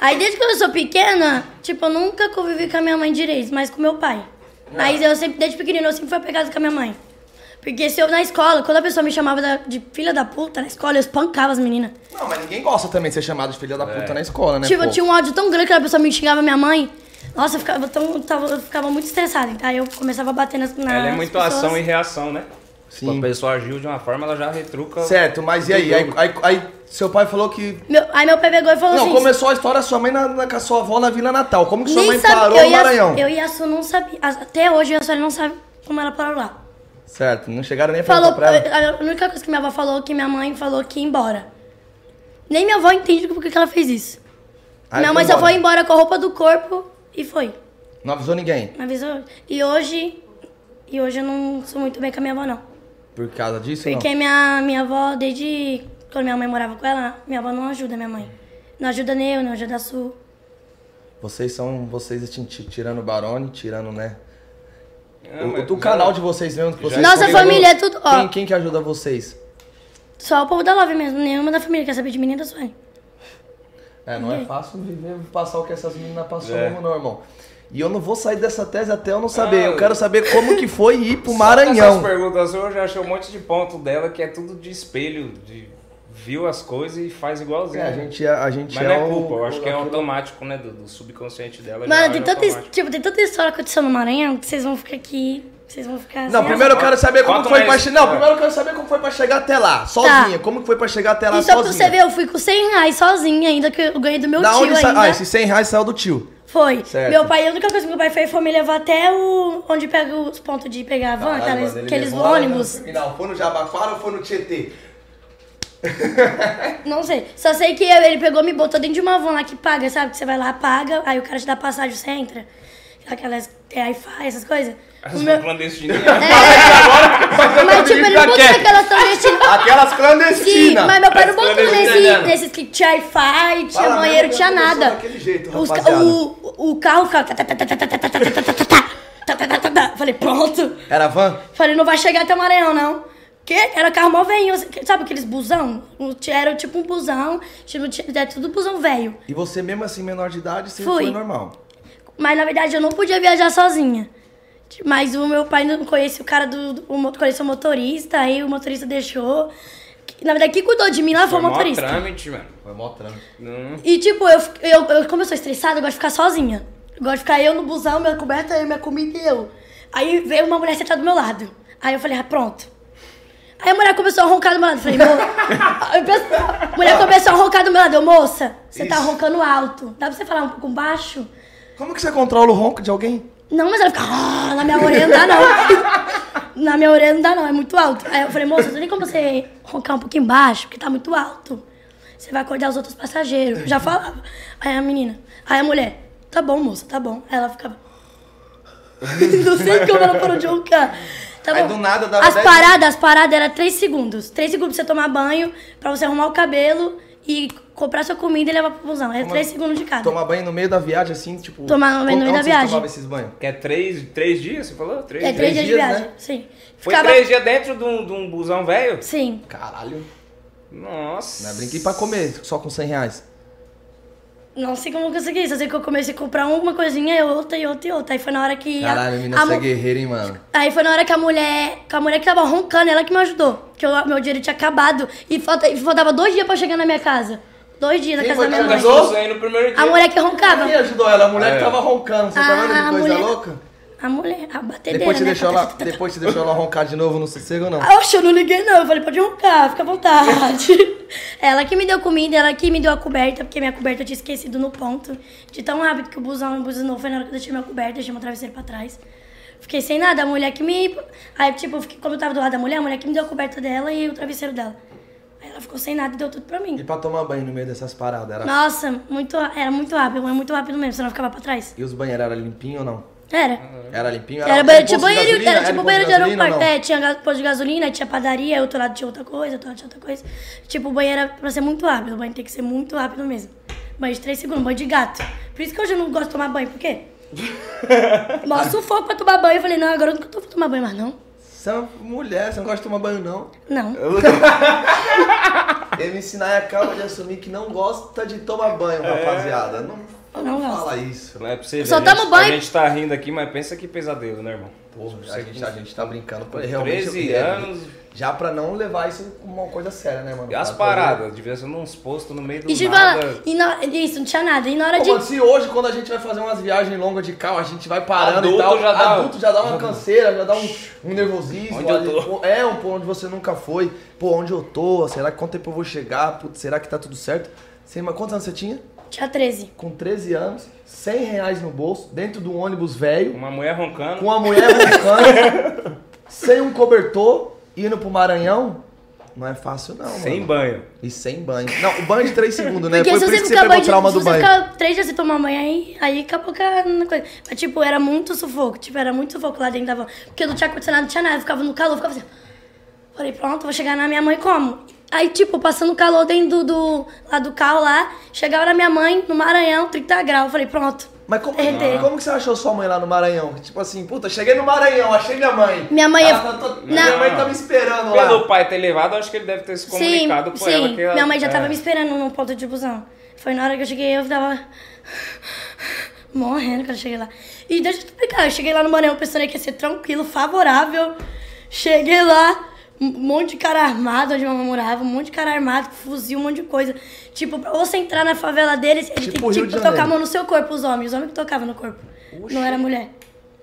Aí desde que eu sou pequena, tipo, eu nunca convivi com a minha mãe direito, mas com meu pai. É. Mas eu sempre, desde pequenina, eu sempre fui apegada com a minha mãe. Porque se eu na escola, quando a pessoa me chamava da- de filha da puta na escola, eu espancava as meninas. Não, mas ninguém gosta também de ser chamado de filha da puta na escola, né? tipo, pô? eu tinha um ódio tão grande que a pessoa me xingava minha mãe. Nossa, eu ficava, tão, tava- eu ficava muito estressada. Então aí eu começava a bater nas, nas Ela é muito pessoas. ação e reação, né? Sim. Quando a pessoa agiu de uma forma, ela já um retruca. Certo, mas e aí? Aí, aí- aí seu pai falou que. Meu- aí meu pai pegou e falou Não, assim... começou a história da sua mãe na, na- com a sua avó na Vila Natal. Como que sua mãe sabe- parou eu no e a- Maranhão? Eu e a Su não sabia. Até hoje eu e a Su não sabe como ela parou lá. Certo, não chegaram nem a Falou, perguntar pra ela. a a única coisa que minha avó falou é que minha mãe falou que ia embora. Nem minha avó entende por que que ela fez isso. Aí minha foi mãe só embora. foi embora com a roupa do corpo e foi. Não avisou ninguém. Não avisou. E hoje. E hoje eu não sou muito bem com a minha avó, não. Por causa disso, não. Porque minha, minha avó, desde quando minha mãe morava com ela, minha avó não ajuda minha mãe. Não ajuda nem eu, não ajuda a Su. Vocês são. Vocês ti- ti- tirando o Barone, tirando, né? Ah, o, mas é do canal de vocês mesmo. Que vocês Nossa convidou. família é tudo- ó. Quem, quem que ajuda vocês? Só o povo da Love mesmo, nenhuma da família quer saber de mim nem da Sueli. É, não é fácil viver, passar o que essas meninas passou É. não, irmão. E eu não vou sair dessa tese até eu não saber. eu Ah, quero saber como que foi ir pro Só Maranhão. com Essas perguntas eu já achei um monte de ponto dela que é tudo de espelho, de viu as coisas e faz igualzinho. É, a gente, é- a gente Mas não é o- Assim, culpa, eu acho que é aquilo- automático, né? Do, do subconsciente dela. já Mano, é tem tanta, his- automático. tipo, tem tanta história acontecendo no Maranhão que vocês vão ficar aqui. Vocês vão ficar Não, assim, primeiro eu quero saber como Conta foi mais. pra che- Não, É. primeiro eu quero saber como foi pra chegar até lá, sozinha. Como que foi pra chegar até lá Tá. E só sozinha? pra você ver, eu fui com 100 reais sozinha ainda, que eu ganhei do meu da tio onde sa... ainda. Ah, esses 100 reais saiu do tio. Foi. Certo. Meu pai, a única coisa que meu pai fez foi me levar até o... onde pega os pontos de pegar a van, aquelas- aqueles né? ônibus. Não, foi no Jabaquara ou foi no Tietê? Não sei. Só sei que eu- ele pegou, me botou dentro de uma van lá que paga, sabe? Que você vai lá, paga, aí o cara te dá passagem, você entra. Aquelas é Wi-Fi, essas coisas. O As meu... É, clandestinas. Mas tipo, ele não botou aquelas travestis. Aquelas Sim, clandestinas. mas meu pai não botou Escolha de nesse, italiano. nesses que tinha wi-fi, tinha Fala banheiro, mesmo, tinha começou nada. daquele jeito, Os ca- rapaziada. o, o carro ficava. tá, tá, tá, tá, tá, tá, tá, tá, tá, tá, tá, tá, tá, tá, tá, tá. Falei, pronto. Era van? Falei, não vai chegar até o Maranhão, não. Que era carro mó velhinho, sabe aqueles busão? Um- Era tipo um busão, tipo, tinha- era tudo busão velho. E você mesmo assim, menor de idade, sempre Fui. foi normal. Mas na verdade eu não podia viajar sozinha. Mas o meu pai não conhecia o cara do. do- o, mo- conhecia o motorista, aí o motorista deixou. Na verdade, quem cuidou de mim lá foi o mó motorista. trâmite, mano. Foi mó trânsito. Não- E tipo, eu, fi- eu, eu- como eu sou estressada, eu gosto de ficar sozinha. Eu gosto de ficar eu no busão, minha coberta, eu, minha comida e eu. Aí veio uma mulher sentada do meu lado. Aí eu falei, ah, pronto. Aí a mulher começou a roncar do meu lado. Eu falei, moça. Eu penso- A mulher começou a roncar do meu lado. Eu, moça, você tá Isso. roncando alto. Dá pra você falar um pouco baixo? Como que você controla o ronco de alguém? Não, mas ela fica, ah, na minha orelha não dá não. na minha orelha não dá não, é muito alto. Aí eu falei, moça, não tem como você roncar um pouquinho baixo, porque tá muito alto. Você vai acordar os outros passageiros. Eu já falava. Aí a menina, aí a mulher, tá bom, moça, tá bom. Aí ela ficava. não sei como ela parou de roncar. Tá Aí bom. do nada dava As dez paradas, as paradas eram três segundos. Três segundos pra você tomar banho, pra você arrumar o cabelo e comprar sua comida e levar pro busão. Era três segundos de cada. Tomar banho no meio da viagem, assim, tipo... Tomar banho no Onde meio da vocês viagem. tomavam esses banhos? Que é três, três dias, você falou? Três É dias. três dias de dias, viagem, né? sim. Foi três dias dentro de um, de um busão velho? Sim. Caralho. Nossa. Não é brinquei pra comer, só com 100 reais. Não sei como eu consegui isso. Eu sei que eu comecei a comprar uma coisinha e outra e outra e outra. Aí foi na hora que. a- Caralho, menina, a você é mu- guerreira, hein, mano. Aí foi na hora que a mulher. Que a mulher que tava roncando, ela que me ajudou. Que eu- meu dinheiro tinha acabado. E, falta, e faltava dois dias pra eu chegar na minha casa. dois dias na Quem casa foi da que minha te mãe. casou? Isso aí no primeiro dia. A mulher que roncava. Quem ajudou ela? A mulher É. que tava roncando. Você tá A- vendo que Ah, a coisa mulher- louca? A mulher, a batedeira, Depois te, né? deixou ela, depois te deixou ela roncar de novo no sossego ou não? Ah, Oxe, eu não liguei não. Eu falei, pode roncar, fica à vontade. ela que me deu comida, ela que me deu a coberta, porque minha coberta eu tinha esquecido no ponto. De tão rápido que o busão buzinou, foi na hora que eu deixei minha coberta, deixei meu travesseiro pra trás. Fiquei sem nada, a mulher que me... Aí, tipo, eu fiquei- como eu tava do lado da mulher, a mulher que me deu a coberta dela e o travesseiro dela. Aí ela ficou sem nada e deu tudo pra E mim. pra tomar banho no meio dessas paradas? Era... Nossa, muito, era muito rápido, é muito rápido mesmo, senão eu ficava pra trás. E os banheiros eram limpinhos ou não? Era. Era limpinho? Era, banheiro, tipo banheiro, era tipo banheiro de aeroporto. aeroporto. É, tinha ga- posto de gasolina, aí tinha padaria, aí outro lado tinha outra coisa, outro lado tinha outra coisa. Tipo, o banheiro era pra ser muito rápido, o banho tem que ser muito rápido mesmo. Banho de 3 segundos, banho de gato. Por isso que hoje eu não gosto de tomar banho, por quê? Mó sufoco pra tomar banho. Eu falei, não, agora eu não tô pra tomar banho mais, não. Você é uma mulher, você não gosta de tomar banho não. Não. MC Nai acaba de assumir que não gosta de tomar banho, É. rapaziada. Não, Eu não gosto. fala isso. Não é pra você ver. Só a gente- tamo banho. A gente tá rindo aqui, mas pensa que pesadelo, né, irmão? Porra, a gente, a gente tá brincando. Pô, Realmente, 13 eu- anos. Já pra não levar isso como uma coisa séria, né, mano? E as Pra- paradas, devia ser uns postos no meio do E tipo, nada. ela- e na- isso, não tinha nada. E na hora Pô, de. mano, se hoje, quando a gente vai fazer umas viagens longas de carro, a gente vai parando Adulto e tal. já dá- adulto já dá uma canseira, já dá um, um nervosismo. Onde eu ali, tô? pô, é, um pô, onde você nunca foi. Pô, onde eu tô? Será que quanto tempo eu vou chegar? Putz, será que tá tudo certo? Você, mas quantos anos você tinha? Tinha 13. Com 13 anos, 100 reais no bolso, dentro de um ônibus velho, Uma mulher roncando. com a mulher roncando, sem um cobertor, indo pro Maranhão. Não é fácil, não, Sem mano. banho. E sem banho. Não, o banho de 3 segundos, né? Porque Foi se por você isso que ficar você pegou banho, o de- trauma se do você banho. ficar três dias sem tomar banho, aí, aí acabou com a coisa. Mas, tipo, era muito sufoco. Tipo, era muito sufoco lá dentro da van. Porque não tinha condicionado, não tinha nada. Eu ficava no calor, eu ficava assim. Falei, pronto, vou chegar na minha mãe como? Aí, tipo, passando calor dentro do, do- lá do carro lá, chegava na minha mãe, no Maranhão, 30 graus. Falei, pronto. Mas como, Herdei. como que você achou sua mãe lá no Maranhão? Tipo assim, puta, cheguei no Maranhão, achei minha mãe. Minha mãe Ela é- tá- tá- Não. Minha mãe tá me esperando lá. Pelo pai ter levado, acho que ele deve ter se comunicado com sim. ela. Que ela- minha mãe já é. tava me esperando no ponto de busão. Foi na hora que eu cheguei, eu tava morrendo quando eu cheguei lá. E deixa eu te explicar, eu cheguei lá no Maranhão pensando que ia ser tranquilo, favorável. Cheguei lá, um monte de cara armado onde minha mãe morava, um monte de cara armado, com fuzil, um monte de coisa. Tipo, pra você entrar na favela deles, eles Tipo Rio têm que de tipo, Janeiro. tocar a mão no seu corpo, os homens. Os homens que tocavam no corpo. Não era mulher.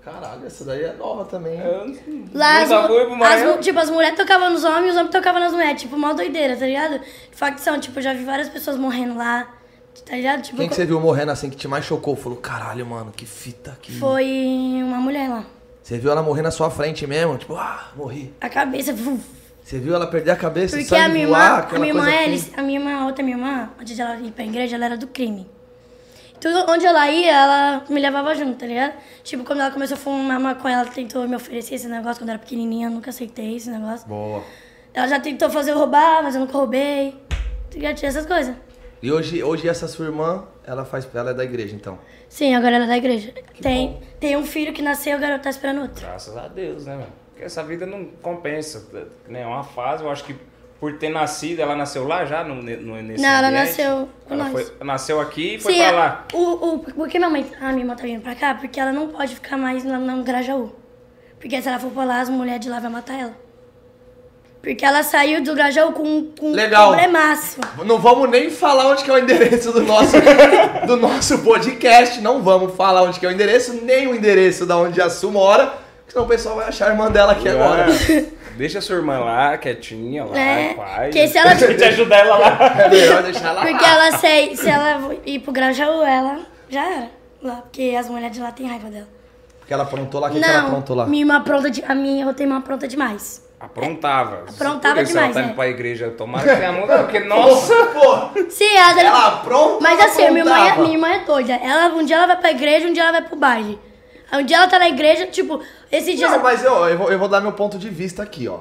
Caralho, essa daí é nova também. Eu Lá, as, nunca mu- fui pro as, Maranhão. mu- tipo, as mulheres tocavam nos homens e os homens tocavam nas mulheres. Tipo, mó doideira, tá ligado? Facção, tipo, eu já vi várias pessoas morrendo lá, tá ligado? Tipo, Quem que co- você viu morrendo assim que te mais chocou? Falou, caralho, mano, que fita aqui. foi uma mulher lá. Você viu ela morrer na sua frente mesmo? Tipo, ah, morri. A cabeça, vuf. Você viu ela perder a cabeça, Porque sangue a minha voar, irmã, a aquela minha irmã, é coisa assim. eles, a minha irmã, a outra minha irmã, antes de ela ir pra igreja, ela era do crime. Tudo onde ela ia, ela me levava junto, tá ligado? Tipo, quando ela começou a fumar maconha, ela tentou me oferecer esse negócio quando eu era pequenininha, eu nunca aceitei esse negócio. Boa. Ela já tentou fazer eu roubar, mas eu nunca roubei. Tá ligado? Tinha essas coisas. E hoje, hoje essa sua irmã, ela faz, ela é da igreja, então. Sim, agora ela é da igreja. Tem, tem um filho que nasceu, o garoto tá esperando outro. Graças a Deus, né, mano? Porque essa vida não compensa. Né? É uma fase, eu acho que por ter nascido, ela nasceu lá já no, no, nesse Não, ela ambiente? nasceu com Ela nós. foi- nasceu aqui e foi Sim, pra lá. O, o, por que minha mãe, a minha irmã tá vindo pra cá? Porque ela não pode ficar mais lá no Grajaú. Porque se ela for pra lá, as mulheres de lá vão matar ela. Porque ela saiu do Grajaú com, com Legal. um problemaço. Não vamos nem falar onde que é o endereço do nosso, do nosso podcast. Não vamos falar onde que é o endereço, nem o endereço da onde a Su mora, porque senão o pessoal vai achar a irmã dela É. aqui agora. Ah, Deixa sua irmã lá, quietinha, lá, É, paz. porque se ela- te ajudar ela lá. É melhor deixar ela Porque lá. ela sai, se ela ir pro Grajaú, ela já era. Lá, porque as mulheres de lá têm raiva dela. Porque ela aprontou lá, o que, que ela não, aprontou lá? minha irmã apronta de, a minha outra irmã apronta demais. Aprontava. Aprontava Por isso demais, ela tá né? indo pra igreja tomar que a mão, porque, nossa, pô! Sim, ela, Ela apronta Mas ela assim, a minha irmã, é, aprontava. minha irmã é doida. Ela, um dia ela vai pra igreja, um dia ela vai pro baile. Aí Um dia ela tá na igreja, tipo, esse dia. Não, mas eu, eu, vou, eu vou dar meu ponto de vista aqui, ó.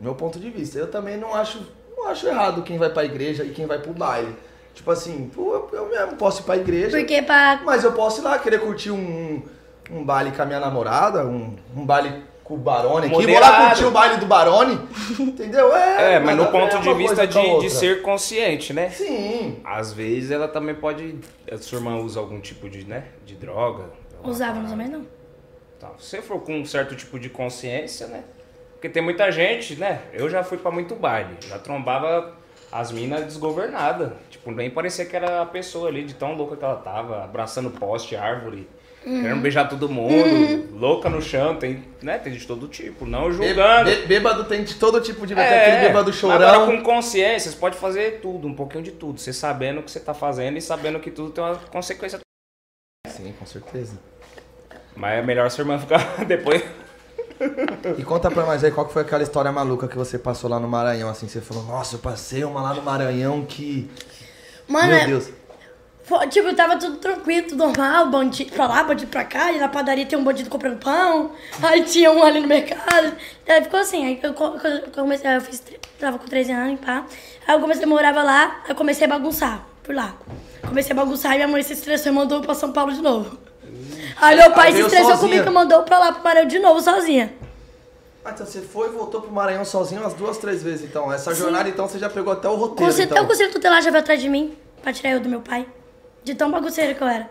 Meu ponto de vista. Eu também não acho, não acho errado quem vai pra igreja e quem vai pro baile. Tipo assim, pô, eu, eu mesmo posso ir pra igreja. Porque pra. Mas eu posso ir lá querer curtir um, um baile com a minha namorada, um, um baile com o Barone aqui. Vou lá Moderado. curtir o baile do Barone, entendeu? É, mas nada no a ver ponto uma de vista coisa com a de, de outra. ser consciente, né? Sim. Às vezes ela também pode. A sua irmã usa algum tipo de, né? De droga. Usava mais ou Tá. menos, não. Tá, se você for com um certo tipo de consciência, né? Porque tem muita gente, né? Eu já fui pra muito baile. Já trombava As minas desgovernadas. Tipo, nem parecia que era a pessoa ali, de tão louca que ela tava, abraçando poste, árvore, querendo beijar todo mundo, louca no chão, tem, né? Tem de todo tipo, não julgando. Bê- Bêbado tem de todo tipo de. tem aquele bêbado É. Agora chorão. com consciência, você pode fazer tudo, um pouquinho de tudo. Você sabendo o que você tá fazendo e sabendo que tudo tem uma consequência. Sim, com certeza. Mas é melhor sua irmã ficar depois. E conta pra nós aí qual que foi aquela história maluca que você passou lá no Maranhão, assim, você falou, nossa, eu passei uma lá no Maranhão que. Mano, Meu é- Deus. Fo- Tipo, tava tudo tranquilo, tudo normal, bandido pra lá, bandido pra cá, e na padaria tem um bandido comprando pão, aí tinha um ali no mercado. Aí ficou assim, aí eu, co- co- eu comecei, aí eu fiz, tre- tava com 13 anos, pá. Aí eu comecei, eu morava lá, aí eu comecei a bagunçar por lá. Comecei a bagunçar e minha mãe se estressou e mandou eu pra São Paulo de novo. Aí meu pai Aí se veio estressou sozinha. comigo e mandou pra lá pro Maranhão de novo sozinha. Ah, então você foi e voltou pro Maranhão sozinho umas duas, três vezes, então. Essa jornada, então, você já pegou até o roteiro. Conce- então. Eu consigo tutelar já veio atrás de mim, pra tirar eu do meu pai. De tão bagunceiro que eu era.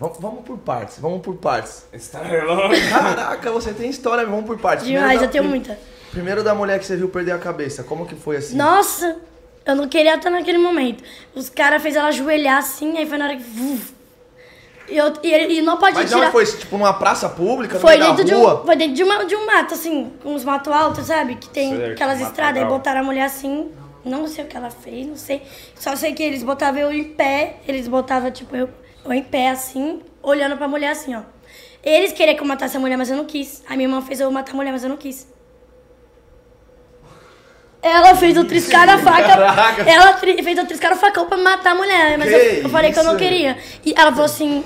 Vamos, vamos por partes, vamos por partes. Está longe. Caraca, você tem história, vamos por partes. Primeiro Demais, da- eu tenho prim- muita. Primeiro da mulher que você viu perder a cabeça, como que foi assim? Nossa, eu não queria estar naquele momento. Os caras fez ela ajoelhar assim, aí foi na hora que. vuf. E, eu, e ele e não pode Mas tirar. não foi, tipo, numa praça pública, Foi no meio dentro, de da um, rua? foi dentro de, uma, de um mato, assim, com uns matos altos, sabe? Que tem Certo, aquelas mato estradas. Aí legal. botaram a mulher assim, não sei o que ela fez, não sei. Só sei que eles botavam eu em pé, eles botavam, tipo, eu, eu em pé assim, olhando pra mulher assim, ó. Eles queriam que eu matasse a mulher, mas eu não quis. A minha irmã fez eu matar a mulher, mas eu não quis. Ela fez eu triscar a faca. Caraca. Ela tri- fez eu triscar o facão pra matar a mulher, mas Que eu, eu falei que eu não isso, queria. E ela falou assim.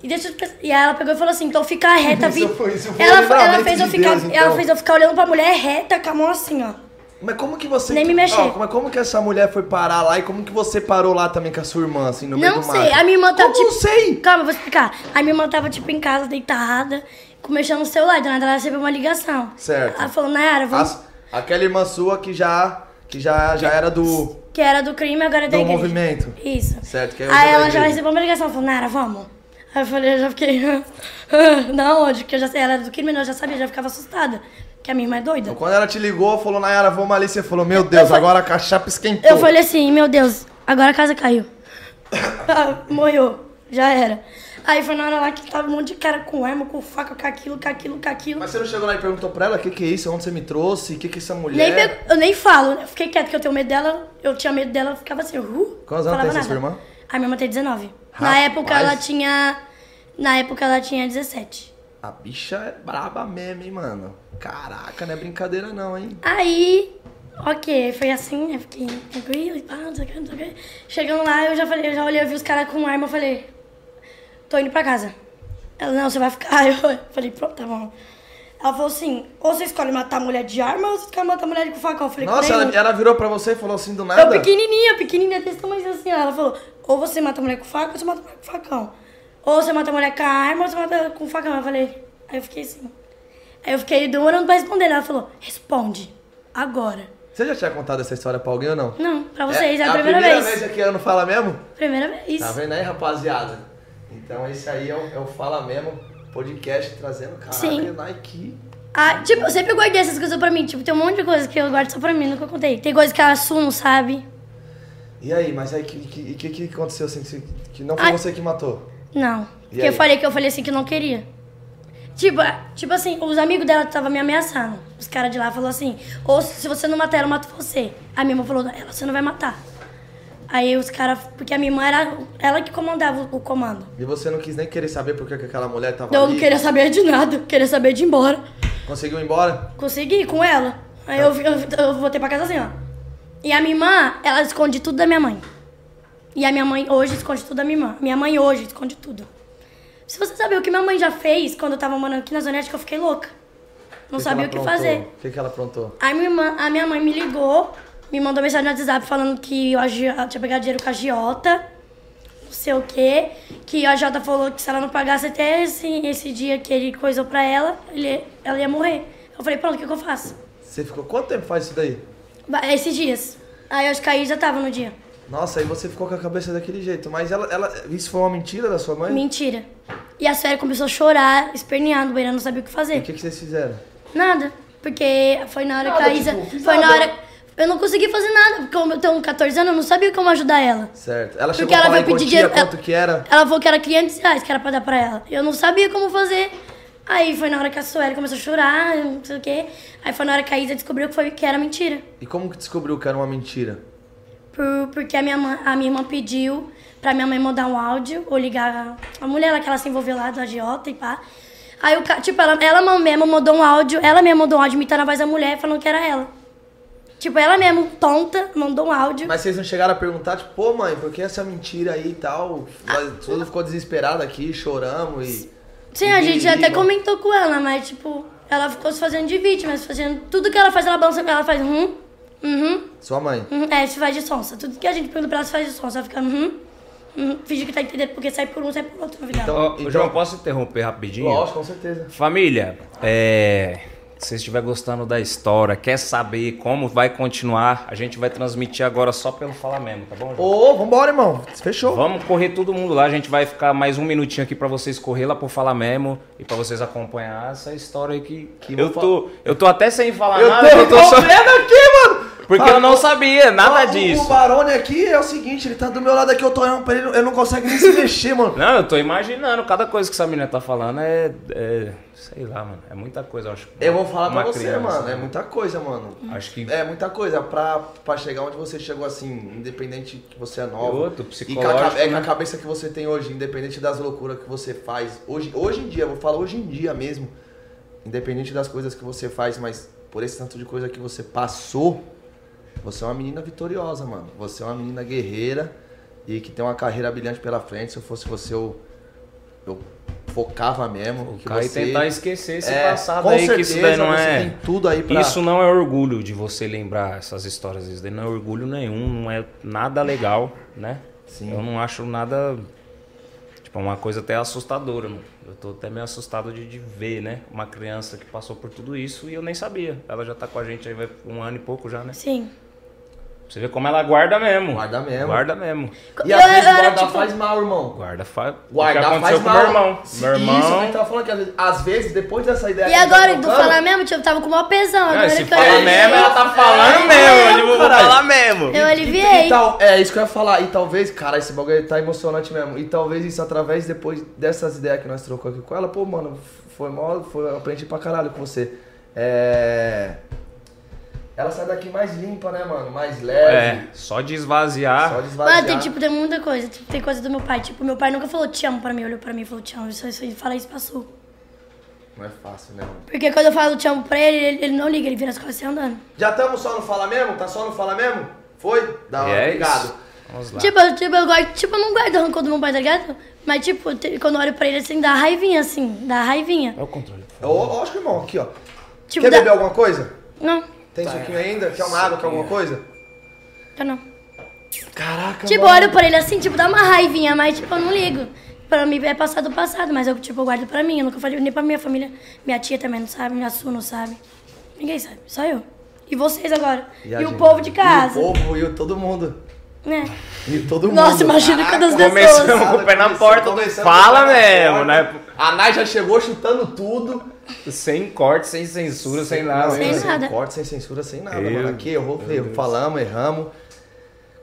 E, deixa eu te- e aí ela pegou e falou assim, então fica reta, vi. Isso foi- isso foi Ela, na ela mente fez de eu ficar. Deus, então. Ela fez eu ficar olhando pra mulher reta com a mão assim, ó. Mas como que você. Nem me mexer. Ó, como, como que essa mulher foi parar lá e como que você parou lá também com a sua irmã, assim, no meio não do sei, mato? a minha irmã Como tava tipo. não sei? Calma, eu vou explicar. A minha irmã tava, tipo, em casa, deitada, mexendo no celular, então ela recebeu uma ligação. Certo. Ela falou, Nayara, vamos. As- aquela irmã sua que já. Que já, já era do. Que era do crime, agora é da Do igreja. um movimento. Isso. Certo, que é da Aí ela já igreja. recebeu uma ligação, falou, Nara, vamos. Aí eu falei, eu já fiquei, na onde? Porque eu já sei, ela era do crime, mas eu já sabia, já ficava assustada. Que a minha irmã é doida. Então, quando ela te ligou, falou, Nayara, vamos ali, você falou, meu Deus, agora a chapa esquentou. Eu falei assim, meu Deus, agora a casa caiu. Ah, Morreu, já era. Aí foi na hora lá que tava um monte de cara com arma, com faca, com aquilo, com aquilo, com aquilo. Mas você não chegou lá e perguntou pra ela, o que que é isso, onde você me trouxe, o que que é essa mulher? Nem pego- eu nem falo, eu fiquei quieto que eu tenho medo dela, eu tinha medo dela, eu ficava assim, uh, Quantos anos falava tem essa nada. sua irmã? A minha irmã tem 19. Na Rapaz. época ela tinha. Na época ela tinha 17. A bicha é braba mesmo, hein, mano. Caraca, não é brincadeira não, hein. Aí, ok, foi assim, eu fiquei tranquila e pá, não sei o que, não sei o que. Chegando lá, eu já falei, eu já olhei, eu vi os caras com arma, eu falei, tô indo pra casa. Ela, não, você vai ficar. Eu falei, pronto, tá bom. Ela falou assim, ou você escolhe matar a mulher de arma ou você escolhe matar a mulher com facão. Eu falei, Nossa, nenhum. ela, é ela virou pra você e falou assim do nada? Eu pequenininha, pequenininha, desse tamanho assim. ó. Ela falou, ou você mata a mulher com faca, ou você mata a mulher com facão. Ou você mata a mulher com a arma, ou você mata ela com o facão. Eu falei, aí eu fiquei assim. Aí eu fiquei demorando pra responder. né? Ela falou, responde, agora. Você já tinha contado essa história pra alguém ou não? Não, pra vocês, é, a, a primeira, vez. aqui ela não fala mesmo? Primeira vez. Tá vendo aí, rapaziada? Então esse aí é o, é o Fala Mesmo podcast trazendo caraca, Sim. Nike. Ah, tipo, eu sempre guardei essas coisas pra mim. Tipo, tem um monte de coisa que eu guardo só pra mim, nunca contei. Tem coisa que eu assumo, sabe? E aí, mas aí, o que, que, que, que aconteceu assim, que você- que não foi Ah. você que matou? Não. Porque aí? eu falei que eu falei assim que não queria. Tipo, ah, tipo assim, os amigos dela estavam me ameaçando. Os caras de lá falaram assim, ou se se você não matar, eu mato você. A minha irmã falou, ela você não vai matar. Aí os caras, porque a minha irmã era ela que comandava o, o comando. Então, E você não quis nem querer saber por que que aquela mulher tava Eu ali? não queria saber de nada, queria saber de ir embora. Conseguiu ir embora? Consegui com ela. Aí eu, eu, eu voltei pra casa assim, ó. E a minha irmã, ela esconde tudo da minha mãe. E a minha mãe hoje esconde tudo da minha irmã. Minha mãe hoje esconde tudo. Se você saber o que minha mãe já fez quando eu tava morando aqui na Zona Oeste, que eu fiquei louca. Não que sabia o que ela que fazer. aprontou? O que, que ela aprontou? Aí minha, irmã- a minha mãe me ligou, me mandou mensagem no WhatsApp falando que eu agi- eu tinha pegado dinheiro com a Giota, não sei o quê. Que a Giota falou que se ela não pagasse até esse, esse dia que ele coisou pra ela, ele- ela ia morrer. Eu falei, pronto, o que, que eu faço? Você ficou quanto tempo faz isso daí? Ba- Esses dias. Aí eu acho que aí já tava no dia. Nossa, aí você ficou com a cabeça daquele jeito. Mas ela, ela- isso foi uma mentira da sua mãe? Mentira. E a Sueli começou a chorar, espernear no beirão, não sabia o que E fazer. o que, que vocês fizeram? Nada. Porque foi na hora Nada, que a Isa. tipo, fiz foi na nada. hora. eu não consegui fazer nada. Porque como eu tenho 14 anos, eu não sabia como ajudar ela. Certo. Ela chegou Porque ela a falar veio em pedir quantia, dinheiro- quanto que era? Ela falou que era 500 reais que era pra dar pra ela. Eu não sabia como fazer. Aí foi na hora que a Sueli começou a chorar, não sei o quê. Aí foi na hora que a Isa descobriu que, foi, que era mentira. E como que descobriu que era uma mentira? Por- porque a minha, mã- a minha irmã pediu pra minha mãe mandar um áudio ou ligar a mulher lá que ela se envolveu lá, do agiota e pá. Aí, o, ca- tipo, ela, ela mesma mandou um áudio, ela mesma mandou um áudio imitando a voz da mulher falando que era ela. Tipo, ela mesma, tonta, mandou um áudio. Mas vocês não chegaram a perguntar, tipo, pô, mãe, por que essa mentira aí e tal? Ah. Nós, todo mundo ficou desesperado aqui, choramos e. Sim, a gente até Mano. comentou com ela, mas tipo, ela ficou se fazendo de vítima, se fazendo. Tudo que ela faz, ela balança, ela faz hum, uhum, Sua mãe. uhum. É, se faz de sonsa. Tudo que a gente pergunta pra ela se faz de sonsa, ela fica uhum, uhum. Finge que tá entendendo, porque sai por um, sai por outro, na vida. Então- Ó, então- João, posso interromper rapidinho? Lógico, com certeza. Família, é, se você estiver gostando da história, quer saber como vai continuar, a gente vai transmitir agora só pelo Fala Mesmo, tá bom, João? Ô, vambora, irmão. Fechou. Vamos correr todo mundo lá, a gente vai ficar mais um minutinho aqui pra vocês correr lá pro Fala Memo e pra vocês acompanhar essa história aí que, Que eu eu fa- tô, eu tô até sem falar Eu nada, tô eu tô só- sofrendo aqui, mano. porque eu não sabia nada O- disso. O Barone aqui é o seguinte, ele tá do meu lado aqui, eu tô olhando pra ele, ele não consegue nem se mexer, mano. Não, eu tô imaginando, cada coisa que essa menina tá falando é, é- sei lá, mano, é muita coisa, eu acho. Eu vou falar pra Uma você, criança, mano, né? é muita coisa, mano. Acho que É muita coisa pra, pra chegar onde você chegou assim, independente que você é nova. E outro, e com a, psicológico, cabe- é, com a né? cabeça que você tem hoje, independente das loucuras que você faz. Hoje, hoje em dia, eu vou falar hoje em dia mesmo. Independente das coisas que você faz, mas por esse tanto de coisa que você passou, você é uma menina vitoriosa, mano. Você é uma menina guerreira e que tem uma carreira brilhante pela frente. Se eu fosse você, eu, eu focava mesmo. O que cara e você- tentar esquecer esse É, passado com aí, que isso daí certeza, não você é. tem tudo aí pra... Isso não é orgulho de você lembrar essas histórias. Isso daí não é orgulho nenhum, não é nada legal, né? Sim. Eu não acho nada. Tipo, é uma coisa até assustadora, mano. Eu tô até meio assustado de, de ver, né? Uma criança que passou por tudo isso e eu nem sabia. Ela já tá com a gente aí vai um ano e pouco já, né? Sim. Você vê como ela guarda mesmo. Guarda mesmo. Guarda mesmo. E às vezes Eu era, guardar tipo, faz mal, irmão. Guarda faz. o que guardar faz aconteceu com mal. meu irmão. Se- Meu Isso, a gente irmão. tava falando que às vezes, às vezes, depois dessa ideia. E que a gente agora, tá do contando, falar mesmo, tipo, eu tava com o maior pesão. Agora se que eu falar aliviei, mesmo, ela tá falando É, mesmo. Eu vou caralho. falar mesmo. Eu E, e aliviei. tal, é isso que eu ia falar. E talvez, cara, esse bagulho tá emocionante mesmo. E talvez isso através depois dessas ideias que nós trocamos aqui com ela, pô, mano, foi mal, foi, eu aprendi pra caralho com você. É. Ela sai daqui mais limpa, né, mano? Mais É, leve. só de esvaziar. Só desvaziar. Mano, tem, tipo, tem muita coisa. Tipo, tem coisa do meu pai. Tipo, meu pai nunca falou te amo pra mim, olhou pra mim e falou te amo. Isso, isso, ele fala isso pra Su. Não é fácil, né, mano? Porque quando eu falo te amo pra ele, ele, ele não liga, ele vira as costas e sai andando. Já estamos só no Fala Mesmo? Tá só no Fala Mesmo? Foi? Da hora, E é obrigado. isso. Vamos lá. Tipo, eu- tipo, eu guardo, tipo, eu não guardo rancor do meu pai, tá ligado? Mas, tipo, te- quando eu olho pra ele, assim, dá raivinha, assim, dá raivinha. É o controle. por favor. Ó, ó, acho que irmão, aqui, ó. Tipo, Quer dá- beber alguma coisa? Não, Tem suquinho ainda? Quer uma água? Quer alguma coisa? eu não. Caraca, Tipo, eu olho pra ele assim, tipo, dá uma raivinha, mas, tipo, eu não ligo. Pra mim é passado passado, mas eu, tipo, eu guardo pra mim. Eu nunca falei nem pra minha família. Minha tia também não sabe, minha Su não sabe. Ninguém sabe, só eu. E vocês agora. E, a o gente? povo de casa. E o povo e o todo mundo. Né? E todo mundo. Nossa, imagina quantas é um- pessoas. Começamos com o pé na Começando- porta do começando Fala com o pé na mesmo, porta. né? A Nai já chegou chutando tudo. Sem corte, sem censura, sem nada. Tipo- Sem né? nada. corte, sem censura, sem nada, Meu mano. Aqui errou, errou falamos, erramos.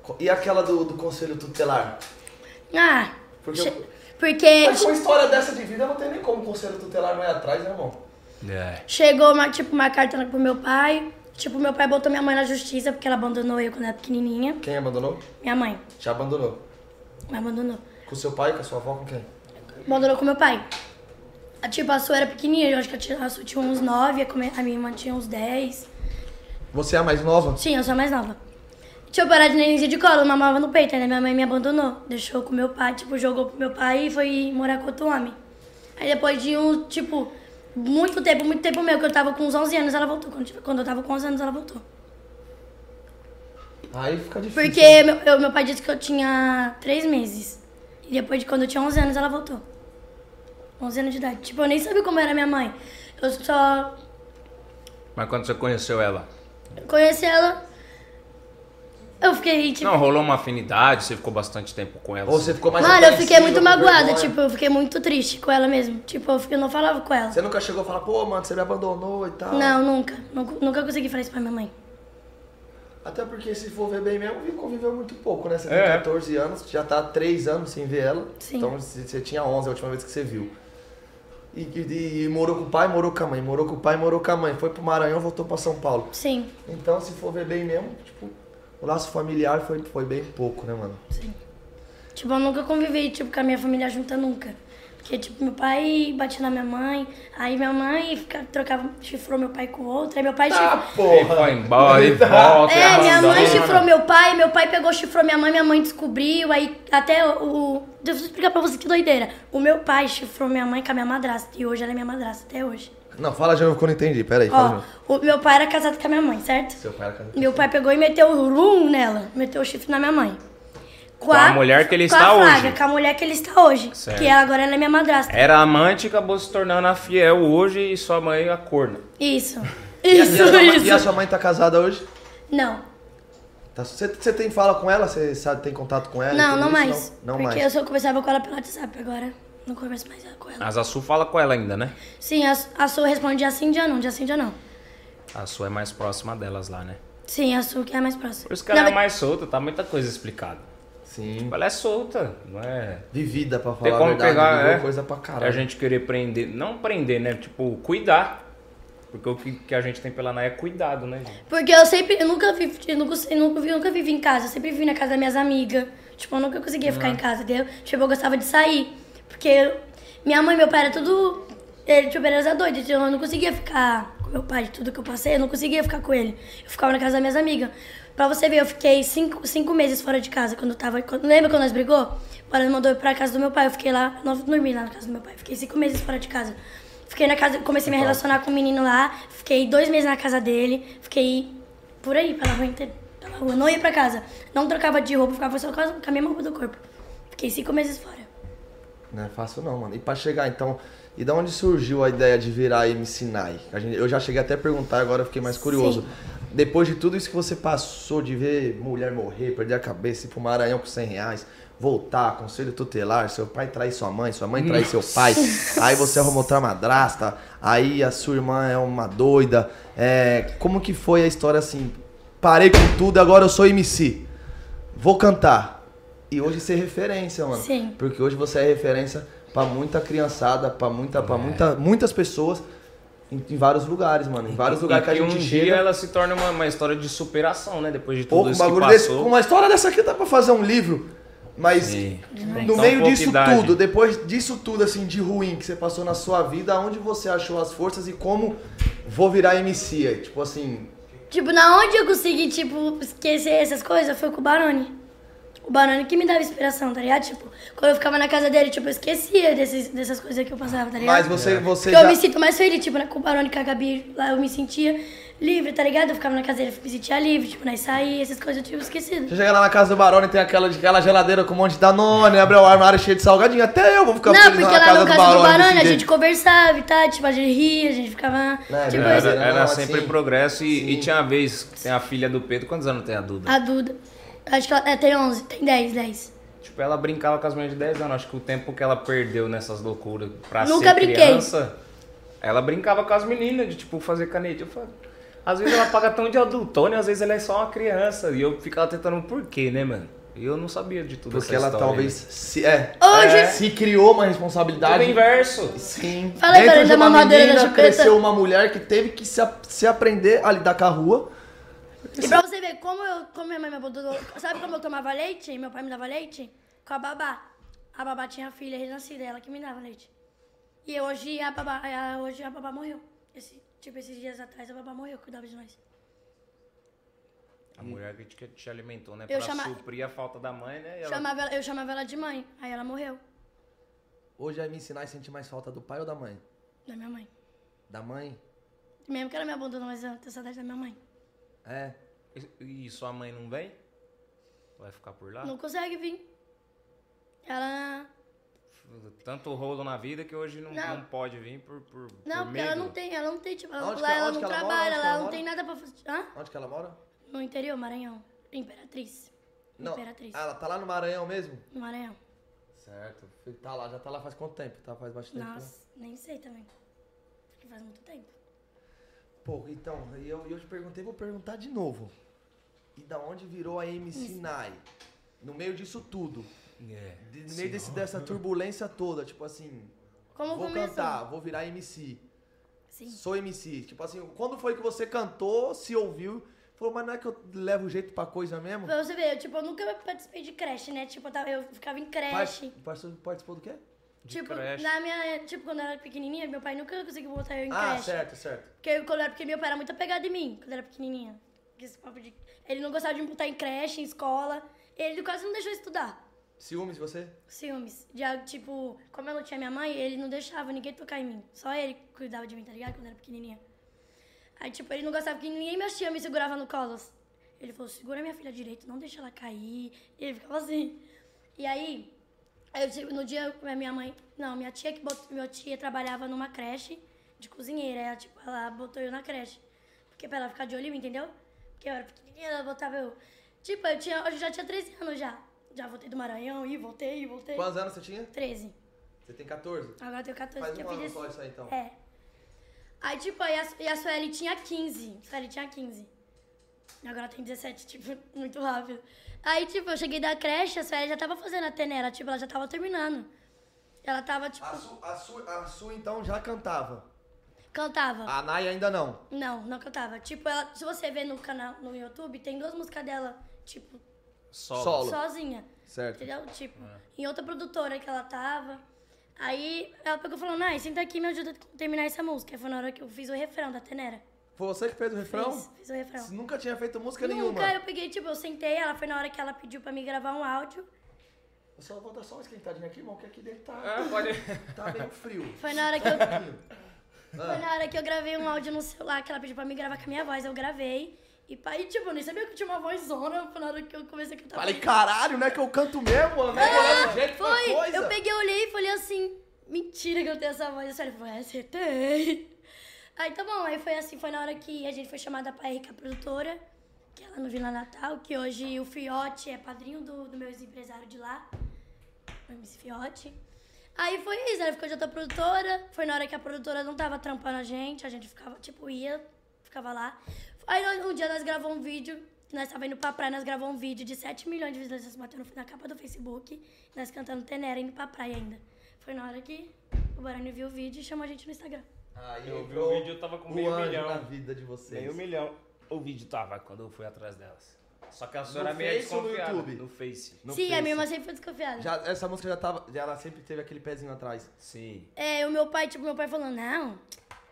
Co- E aquela do, do conselho tutelar? Ah, Porque- che- porque Mas com uma história dessa de vida, não tem nem como o conselho tutelar não ir atrás, né, irmão? É. Chegou uma, tipo, uma carta pro meu pai. Tipo, meu pai botou minha mãe na justiça porque ela abandonou eu quando era pequenininha. Quem abandonou? Minha mãe Já abandonou. me abandonou. Com seu pai, com a sua avó, com quem? Abandonou com meu pai. Ah, Tipo, a sua era pequenininha, eu acho que a tia- a sua tinha uns 9, a come- a minha irmã tinha uns 10. Você é a mais nova? Sim, eu sou a mais nova. Tinha operado de nenenzinha de colo, eu mamava no peito, ainda minha mãe me abandonou. Deixou com meu pai, tipo, jogou pro meu pai e foi morar com outro homem. Aí depois de um, tipo, muito tempo, muito tempo meu, que eu tava com uns 11 anos, ela voltou. Quando, quando eu tava com 11 anos, ela voltou. Aí fica difícil. Porque meu, eu- meu pai disse que eu tinha três meses. E depois de quando eu tinha 11 anos, ela voltou. 11 anos de idade. Tipo, eu nem sabia como era minha mãe. Eu só Mas quando você conheceu ela? conheci ela. Eu fiquei, tipo. Não, rolou uma afinidade, você ficou bastante tempo com ela. Ou você ficou mais mano, eu fiquei apreensiva, muito com magoada. vergonha. Tipo, eu fiquei muito triste com ela mesmo. Tipo, eu, fiquei, eu não falava com ela. Você nunca chegou a falar, pô, mano, você me abandonou e tal. Não, nunca. Nunca, nunca consegui falar isso pra minha mãe. Até porque se for ver bem mesmo, conviveu muito pouco, né? Você tem É. 14 anos, já tá há 3 anos sem ver ela. Sim. Então você você tinha 11 a última vez que você viu. E, e- e morou com o pai, morou com a mãe, morou com o pai, morou com a mãe. Foi pro Maranhão, voltou pra São Paulo. Sim, Então, se for ver bem mesmo, tipo, o laço familiar foi, foi bem pouco, né, mano? sim. Tipo, eu nunca convivi, tipo, com a minha família junta nunca. Porque, tipo, meu pai batia na minha mãe, aí minha mãe fica, trocava, chifrou meu pai com o outro, aí meu Tá, pai E chifrou. vai embora, e volta. e É, minha mãe abandona. chifrou meu pai, meu pai pegou, chifrou minha mãe, minha mãe descobriu, aí até o... Deixa eu explicar pra você que doideira. O meu pai chifrou minha mãe com a minha madrasta, e hoje ela é minha madrasta, até hoje. Não, fala de novo que eu não entendi. Pera aí, fala de Ó, novo. o meu pai era casado com a minha mãe, certo? Seu pai era casado. Meu pai pegou e meteu o rum nela, meteu o chifre na minha mãe. Com a mulher que ele com está a hoje. Com a mulher que ele está hoje. Certo. Que ela agora ela é minha madrasta. Era amante e acabou se tornando a fiel hoje e sua mãe a corna. Isso. E a- Isso, e a, sua mãe- isso. E a sua mãe tá casada hoje? Não. Tá, você, você tem fala com ela? Você sabe, tem contato com ela? e Não, tudo não isso? mais. Não, não Porque mais. eu só conversava com ela pelo WhatsApp agora. Não converso mais com ela. A Zaçu fala com ela ainda, né? Sim, a, a Su responde dia sim, dia não, dia sim, dia não. A sua é mais próxima delas lá, né? Sim, a Su que é a mais próxima. Por isso que ela Na é ve- mais solta, tá muita coisa explicada. Sim. Ela é solta, não é? Vivida, pra falar Tem a como verdade. pegar, viveu é. coisa pra A caralho. gente querer prender, não prender, né? Tipo, cuidar. Porque o que, que a gente tem pela Nai é cuidado, né, gente? Porque eu sempre, eu nunca vivi, eu nunca, eu nunca, vi- eu nunca vivi em casa, eu sempre vivi na casa das minhas amigas. Tipo, eu nunca conseguia ficar em casa, entendeu? Tipo, eu gostava de sair. Porque eu- minha mãe e meu pai era tudo. Ele, tipo, era doido, então eu não conseguia ficar com meu pai, de tudo que eu passei, eu não conseguia ficar com ele. Eu ficava na casa das minhas amigas. Pra você ver, eu fiquei cinco, cinco meses fora de casa quando eu tava. quando- lembra quando nós brigou? O pai mandou eu pra casa do meu pai, eu fiquei lá, não dormi lá na casa do meu pai, fiquei cinco meses fora de casa. Fiquei na casa, comecei a me relacionar com o menino lá, fiquei dois meses na casa dele, fiquei por aí, pela rua inteira. Pela rua, não ia pra casa. Não trocava de roupa, ficava só com a com a mesma roupa do corpo. Fiquei cinco meses fora. Não é fácil não, mano. E pra chegar, então... E da onde surgiu a ideia de virar MC Nai? A gente- eu já cheguei até a perguntar, agora eu fiquei mais curioso. Sim. Depois de tudo isso que você passou, de ver mulher morrer, perder a cabeça, ir pro Maranhão com 100 reais, voltar, conselho tutelar, seu pai trair sua mãe, sua mãe trair seu pai, aí você arrumou outra madrasta, aí a sua irmã é uma doida. É, como que foi a história assim? Parei com tudo, agora eu sou MC. Vou cantar. E hoje ser referência, mano. Sim. Porque hoje você é referência pra muita criançada, pra muita, É. para muita, muitas pessoas em, em vários lugares, mano. Em vários lugares E que a gente um chega. dia ela se torna uma, uma história de superação, né? Depois de tudo Pô, com um isso que bagulho passou. desse, com uma história dessa aqui dá pra fazer um livro. Mas Sim. Tem no tão meio pouca disso idade. tudo, depois disso tudo assim de ruim que você passou na sua vida, onde você achou as forças e como vou virar MC, aí? tipo assim, Tipo, na onde eu consegui, tipo, esquecer essas coisas foi com o Barone. O Barone que me dava inspiração, tá ligado? Tipo, quando eu ficava na casa dele, tipo, eu esquecia desses, dessas coisas que eu passava, tá ligado? mas É. você você Porque eu já me sinto mais feliz, tipo, na- com o Barone com a Gabi, lá eu me sentia livre, tá ligado? Eu ficava na casa dele, eu me sentia livre, tipo, nós saía, essas coisas eu tinha esquecido. Você chega lá na casa do Barone, tem aquela, aquela geladeira com um monte de Danone, abre o armário cheio de salgadinho. Até eu vou ficar não, feliz porque lá na lá no casa do assim, caso do Barone. desse Barone a jeito. gente conversava e tal, tipo, a gente ria, a gente ficava. Não, é tipo, verdade. Era, Coisa, era não, sempre assim. progresso e, e tinha a vez, tem a filha do Pedro, quantos anos tem a Duda? a Duda. Acho que ela é, tem 11, tem 10, 10. Tipo, ela brincava com as meninas de 10 anos. Acho que o tempo que ela perdeu nessas loucuras pra Nunca ser brinquei. criança, ela brincava com as meninas de, tipo, fazer caneta. Eu falo, às vezes ela paga tão de adultônio, às vezes ela é só uma criança. E eu ficava tentando por quê, né, mano? E eu não sabia de tudo Porque essa ela história, talvez né? se, é, Hoje- é, se criou uma Tudo responsabilidade. inverso. Sim. Fala aí, Dentro Barone, de da uma mamadeira da menina, chupeta. cresceu uma mulher que teve que se, a- se aprender a lidar com a rua. E pra você ver como eu, como minha mãe me abordou, sabe como eu tomava leite e meu pai me dava leite? Com a babá. A babá tinha filha renascida, ela que me dava leite. E hoje a babá, a- hoje a babá morreu. Esse- tipo, esses dias atrás a babá morreu, cuidava de nós. A mulher que te, te alimentou, né? Eu pra chama- suprir a falta da mãe, né? E ela- Chamava ela- eu chamava ela de mãe, aí ela morreu, Hoje é me ensinar e sentir mais falta do pai ou da mãe? da minha mãe. Da mãe? Mesmo que ela me abandonou, mas eu tenho saudade da minha mãe. É. E, e sua mãe não vem? Vai ficar por Tá. lá? Não consegue vir. Ela. Tanto rolo na vida que hoje não, Não. não pode vir por, por, Não, por porque ela medo. não tem, ela não tem, tipo, ela, Onde lá que- é- ela onde não que ela mora? trabalha, Onde que lá ela ela não mora? tem nada pra fazer. Hã? Onde que ela mora? No interior, Maranhão. Imperatriz. Imperatriz. Ah, ela tá lá no Maranhão mesmo? No Maranhão. Certo. Tá lá, já tá lá faz quanto tempo? Tá faz bastante tempo. né? Nossa, nem sei também. Porque faz muito tempo. Pô, então, eu, eu te perguntei, vou perguntar de novo. E da onde virou a MC Nai? No meio disso tudo. É. de- No meio desse, dessa turbulência toda, tipo assim. Como vou começou? cantar, vou virar MC. Sim. Sou MC. Tipo assim, quando foi que você cantou, se ouviu, falou, mas não é que eu levo jeito pra coisa mesmo? Pra você ver, eu, tipo, eu nunca participei de creche, né? Tipo, eu, tava- eu ficava em creche. Par- participou- Participou do quê? De Tipo, creche. na minha, tipo, quando eu era pequenininha, meu pai nunca conseguiu botar eu em Ah, creche. certo, certo. Porque, eu- quando eu era, porque meu pai era muito apegado em mim, quando eu era pequenininha. Porque Esse papo de... Ele não gostava de me botar em creche, em escola. Ele quase não deixou eu estudar. Ciúmes, você? Ciúmes. Já, tipo, como eu não tinha minha mãe, ele não deixava ninguém tocar em mim. Só ele cuidava de mim, tá ligado? Quando eu era pequenininha. Aí, tipo, ele não gostava que ninguém minha tia me segurava no colo. Ele falou, segura minha filha direito, não deixa ela cair. E ele ficava assim. E aí, eu, tipo, no dia que a minha mãe... Não, minha tia que botou... Minha tia trabalhava numa creche de cozinheira. Ela, tipo, ela botou eu na creche. Porque pra ela ficar de olho em mim, entendeu? Porque eu era pequenininha, ela botava eu... Tipo, eu, tinha, eu já tinha 13 anos já. Já voltei do Maranhão, e voltei, e voltei. Quantos anos você tinha? 13. Você tem 14? Agora eu tenho 14. Faz um que eu fiz ano esse- só isso aí, então. É. Aí, tipo, aí a, e a Sueli tinha 15. Sueli tinha 15. Agora tem 17, tipo, muito rápido. Aí, tipo, eu cheguei da creche, a Sueli já tava fazendo a tenera, tipo, ela já tava terminando. Ela tava, tipo, A sua, a, sua, a sua, então, já cantava. cantava. A Nai ainda não. Não, não cantava. Tipo, ela, se você ver no canal, no YouTube, tem duas músicas dela, tipo, Solo. Solo. sozinha. Certo. É. Entendeu? Tipo, em outra produtora que ela tava. Aí ela pegou e falou, Nai, senta aqui e me ajuda a terminar essa música. Aí Foi na hora que eu fiz o refrão da Tenera. Foi você que fez o refrão? Fiz, fiz o refrão. Você nunca tinha feito música nenhuma. Nunca, eu peguei, tipo, eu sentei, ela foi na hora que ela pediu pra me gravar um áudio. Eu só vou dar só uma esquentadinha aqui, irmão, que aqui dentro tá, Ah, É, pode... tá meio frio. Foi na hora que eu, foi Ah, na hora que eu gravei um áudio no celular, que ela pediu pra me gravar com a minha voz, eu gravei. E pai, tipo, eu nem sabia que eu tinha uma vozona, foi na hora que eu comecei a cantar. falei, caralho, não é que eu canto mesmo, mano. É, jeito pra Foi, coisa. eu peguei, olhei e falei assim, mentira que eu tenho essa voz. Eu falei, foi, acertei. Aí tá bom, aí foi assim, foi na hora que a gente foi chamada pra RK Produtora, que é lá no Vila Natal, que hoje o Fiote é padrinho do, do meu empresário de lá, o MC Fiote. um Aí foi isso, ela ficou de outra produtora, foi na hora que a produtora não tava trampando a gente, a gente ficava, tipo, ia, ficava lá. Aí nós- um dia nós gravamos um vídeo, que nós tava indo pra praia, nós gravamos um vídeo de 7 milhões de visualizações, bateu no- na capa do Facebook, nós cantando Tenera, indo pra praia ainda. Foi na hora que o Barone viu o vídeo e chamou a gente no Instagram. Aí Eu vi entrou o vídeo, eu tava com o meio anjo milhão. na vida de vocês. Meio um milhão. O vídeo tava quando eu fui atrás delas. Só que a No senhora é meio Face ou no desconfiada. YouTube? No Face. No Sim, é. a Face. minha irmã sempre foi desconfiada. Já, essa música já tava, já ela sempre teve aquele pezinho atrás. Sim. É, o meu pai, tipo, meu pai falou, não,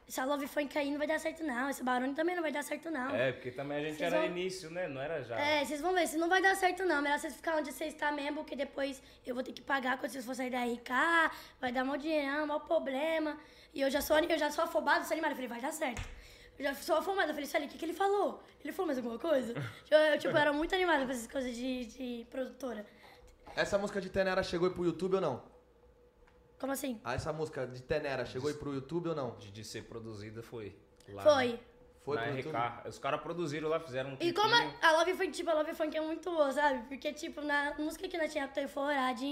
essa Love Funk aí não vai dar certo não, esse Barone também não vai dar certo não. É, porque também a gente Vocês era vão- início, né? Não era já. É, vocês vão ver, se não vai dar certo não. Melhor vocês ficarem onde vocês estão mesmo, porque depois eu vou ter que pagar quando vocês forem sair da RK, vai dar mó dinheirão, mó problema. E eu já sou, eu já sou afobado, sou animada. Eu falei, vai dar certo. Eu já sou afobada. Eu falei, Sueli, o que, que ele falou? Ele falou mais alguma coisa? eu, eu, tipo, era muito animada com essas coisas de, de produtora. Essa música de Tenera chegou aí pro YouTube ou não? Como assim? Ah, essa música de Tenera chegou aí pro YouTube ou não? De, de ser produzida foi. Lá Foi. Foi na pro RK. YouTube. Os caras produziram lá, fizeram um E como clipinho. a, a Love Funk, tipo, a Love Funk é muito boa, sabe? Porque, tipo, na música que nós tinha Tefora de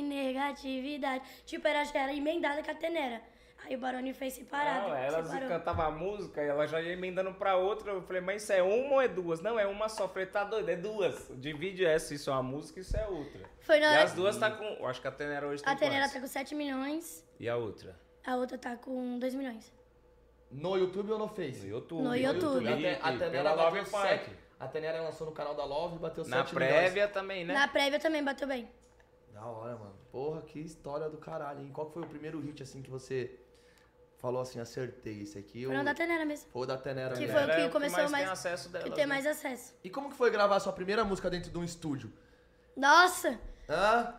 negatividade, tipo, era, era emendada com a Tenera. Aí o Barone fez separado. Não, elas separou. cantavam a música e ela já ia emendando pra outra. Eu falei, mas isso é uma ou é duas? Não, é uma só. Eu falei, tá doido, é duas. Divide essa, isso é uma música, isso é outra. Foi E na as duas tá com. Eu acho que a Tenera hoje tem A Tenera quantos? tá com 7 milhões, E a outra? a outra tá com 2 milhões. No YouTube ou no No Face? YouTube. No YouTube. A, E, Te- a e Tenera pela Love bateu Park. sete. A Tenera lançou no canal da Love e bateu Na 7 prévia também, né? Na prévia também bateu bem. Da hora, mano. Porra, que história do caralho, hein? Qual que foi o primeiro hit, assim, que você falou assim, acertei isso aqui? Foi não da Tenera mesmo. Foi o da Tenera. Que mesmo. foi o Era que o que começou mais tem mais. acesso que delas, tem né? mais acesso. E como que foi gravar a sua primeira música dentro de um estúdio? Nossa! Hã?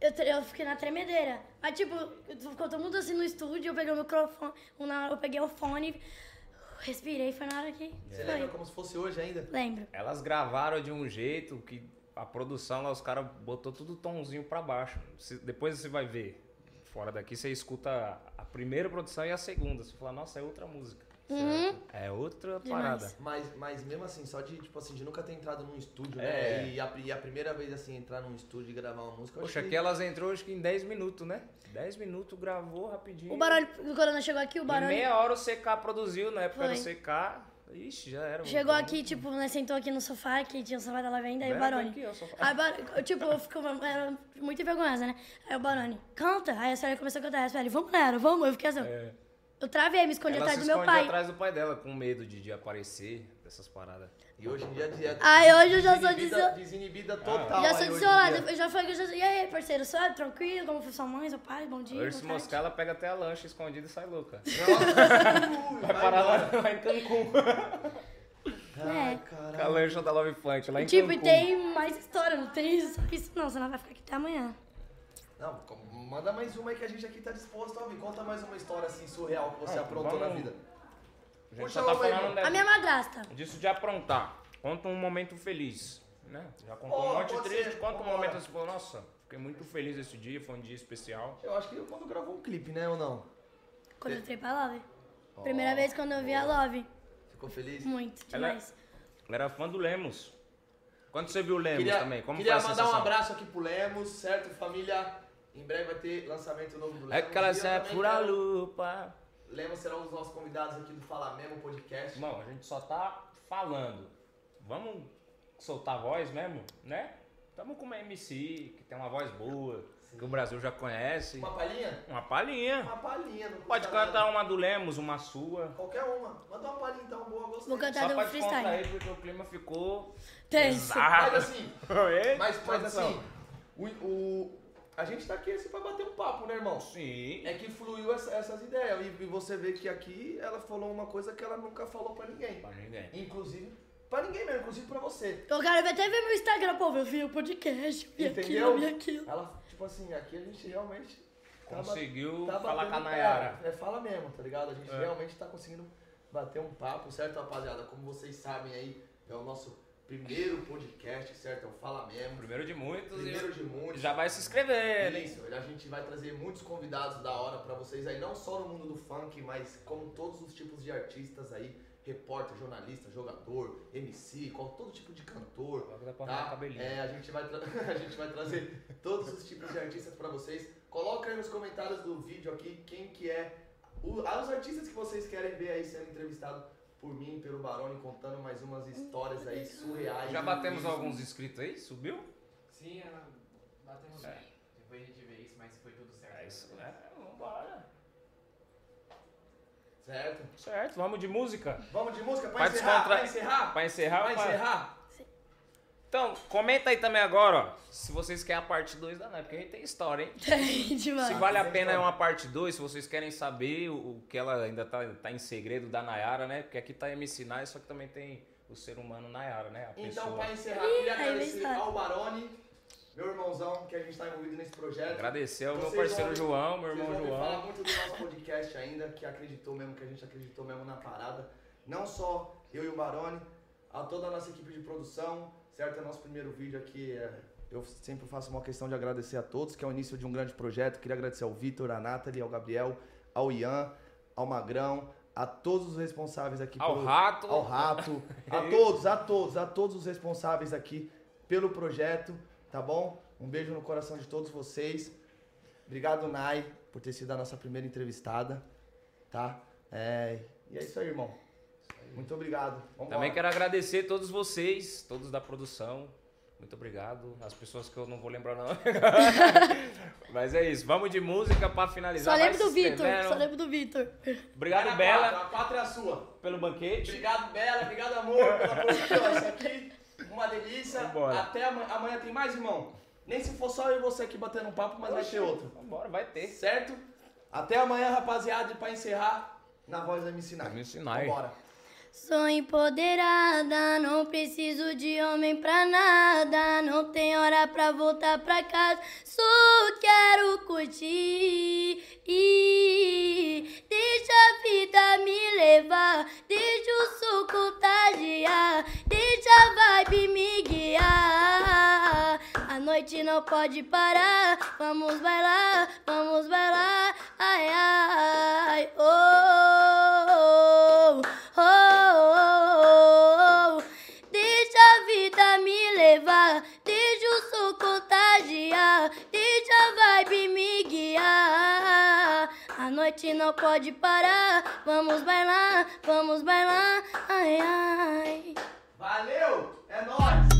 Eu, tre- eu fiquei na tremedeira. Mas, tipo, ficou todo mundo assim no estúdio, eu peguei o microfone, um na- eu peguei o fone, respirei, foi na hora que. Você É. foi. lembra como se fosse hoje ainda? Lembro. Elas gravaram de um jeito que a produção lá, os caras botou tudo tomzinho pra baixo. Se- depois você vai ver. Fora daqui você escuta a- a primeira produção e a segunda. Você fala, nossa, é outra música. É outra Uhum. Demais. parada. Mas, mas mesmo assim, só de, tipo assim, de nunca ter entrado num estúdio, É. né? E a, pri- e a primeira vez, assim, entrar num estúdio e gravar uma música, eu Poxa, acho aqui elas entrou acho que é em 10 minutos, né? 10 minutos, gravou rapidinho. O barulho, quando nós chegou aqui, o Em barulho. meia hora o CK produziu, na época Foi. do CK. Ixi, já era. então Chegou vamos- aqui, tipo, né, sentou aqui no sofá, que tinha o sofá dela venda, aí o Né, Vem Barone. aqui, ó, sofá. Aí, o Bar- tipo, eu fico eu era muito vergonhosa, né? Aí o Barone, canta. Aí a senhora começou a cantar. Aí a senhora, vamos, galera, vamos. Eu fiquei assim, É. eu travei, me escondi Ela atrás se tá do meu esconde pai. atrás do pai dela, com medo de, de aparecer, dessas paradas. E hoje em dia... é dia Aí hoje eu já sou desinibida, desio- desinibida total. Já aí sou hoje em desolada. dia. Eu já falei que eu já... E aí, parceiro, suave, tranquilo? Como foi sua mãe, seu pai? Bom dia, Urso boa tarde. Moscar, ela pega até a lancha escondida e sai louca. Nossa, Vai parar lá, lá em Cancún. É. Com a lancha da Love Plant, lá em Tipo, e Cancún. tem mais história, não tem isso, só isso não, senão vai ficar aqui até amanhã. Não, co- manda mais uma aí que a gente aqui tá disposto a ouvir. Conta mais uma história assim surreal que você Ah, aprontou na vamos- vida. A gente Puxa só tá uma aí, falando mano. dessa- A minha madrasta. disso de aprontar. Conta um momento feliz, né? Já contou Ó, um monte pode triste, ser. conta um Vambora. momento assim, falou, nossa, fiquei muito feliz esse dia, foi um dia especial. Eu acho que eu quando gravou um clipe, né, ou não? Quando eu entrei pra Love. Primeira vez quando eu vi a Love. Ficou feliz? Muito, Ela- demais. Eu Era fã do Lemos. Quando você viu o Lemos também, como queria foi a mandar sensação? um abraço aqui pro Lemos, certo, família? Em breve vai ter lançamento novo do Lemos. É que ela E eu sempre também fura a quero- lupa. Lemos será um dos nossos convidados aqui do Fala Mesmo Podcast. Irmão, a gente só tá falando. Vamos soltar a voz mesmo, né? Tamo com uma MC, que tem uma voz boa, que o Brasil já conhece. Uma palhinha? Uma palhinha. Uma palhinha, não Pode custa nada. cantar uma do Lemos, uma sua. Qualquer uma. Manda uma palhinha então, boa, gostei. Vou cantar Só do pra freestyle. descontrair, porque o clima ficou... Tenso. Mas assim, Ei, mas, mas produção. assim, o, o- a gente tá aqui assim pra bater um papo, né, irmão? Sim. É que fluiu essa- essas ideias. E, e você vê que aqui ela falou uma coisa que ela nunca falou pra ninguém. é Pra ninguém. Tá Inclusive, pra ninguém mesmo, inclusive pra você. Eu quero ver- até ver meu Instagram, pô, eu vi o podcast, vi entendeu? aquilo, vi aquilo. Ela, tipo assim, aqui a gente realmente. tá ba- Conseguiu tá falar batendo com a papo. Nayara. É. É, fala mesmo, tá ligado? A gente realmente tá conseguindo bater um papo, certo, rapaziada? Como vocês sabem aí, é o nosso primeiro podcast, certo? É o Fala Mesmo. Primeiro de muitos Primeiro e de muitos. já vai se inscrever, hein? Isso, a gente vai trazer muitos convidados da hora pra vocês aí, não só no mundo do funk, mas como todos os tipos de artistas aí, repórter, jornalista, jogador, MC, qual, todo tipo de cantor. Logo dá pra arrumar o Tá? cabelinho. É, a, gente vai tra- a gente vai trazer todos os tipos de artistas pra vocês. Coloca aí nos comentários do vídeo aqui quem que é o- ah, os artistas que vocês querem ver aí sendo entrevistado por mim, pelo Barone, contando mais umas histórias aí surreais. Já E- batemos e- alguns inscritos aí? Subiu? Sim, ela batemos É. bem. Depois a gente vê isso, mas foi tudo certo. É isso, né? Vambora. Certo? Certo, vamos de música. Vamos de música pra Vai encerrar, descontra- pra encerrar? Pra encerrar, Pra pá. encerrar? Então, comenta aí também agora, ó. Se vocês querem a parte 2 da Nike, porque a gente tem história, hein? Tem Ah, demais. Se vale a tem pena é história. uma parte 2, se vocês querem saber o, o que ela ainda tá, tá em segredo da Nayara, né? Porque aqui tá MC Nayara, só que também tem o ser humano Nayara, né? A Então, pessoa. pra encerrar, queria aí vem agradecer história. ao Barone, meu irmãozão, que a gente tá envolvido nesse projeto. Agradecer ao meu Vocês parceiro vão- João, meu irmão Vocês vão ouvir João. falar muito do nosso podcast ainda, que acreditou mesmo, que a gente acreditou mesmo na parada. Não só eu e o Barone, a toda a nossa equipe de produção, certo? É nosso primeiro vídeo aqui. é, Eu sempre faço uma questão de agradecer a todos, que é o início de um grande projeto. Queria agradecer ao Vitor, à Nathalie, ao Gabriel, ao Ian, ao Magrão, a todos os responsáveis aqui Ao pelo- Rato. É ao Rato, a todos, a todos, a todos os responsáveis aqui pelo projeto, tá bom? Um beijo no coração de todos vocês. Obrigado, Nai, por ter sido a nossa primeira entrevistada, tá? É, e é isso aí, irmão. Muito obrigado. Vambora. Também quero agradecer a todos vocês, todos da produção. Muito obrigado. As pessoas que eu não vou lembrar não. Mas é isso. Vamos de música pra finalizar. Só Vai lembro se do Vitor, inscrevendo. só lembro do Vitor. Vai Obrigado, na Bela, pátria, A pátria é a sua. pelo banquete. Obrigado, Bela. Obrigado, amor, pela produção. Isso aqui, uma delícia. Vambora. Até ama- amanhã tem mais, irmão. Nem se for só eu e você aqui batendo um papo, mas vai ter outro. Vambora, vai ter. Certo? Até amanhã, rapaziada, e pra encerrar, na voz da MC Nai. Da MC Nai. Vambora. Sou empoderada, não preciso de homem pra nada. Não tem hora pra voltar pra casa. Só quero curtir. Deixa a vida me levar. Deixa o sul contagiar. Deixa a vibe me guiar. A noite não pode parar. Vamos bailar, vamos bailar. Ai, ai, oh, oh, oh, oh. Deixa a vida me levar, deixa o sul contagiar, deixa a vibe me guiar. A noite noite não pode parar. Vamos bailar, vamos bailar. Ai, ai. Valeu! É nóis!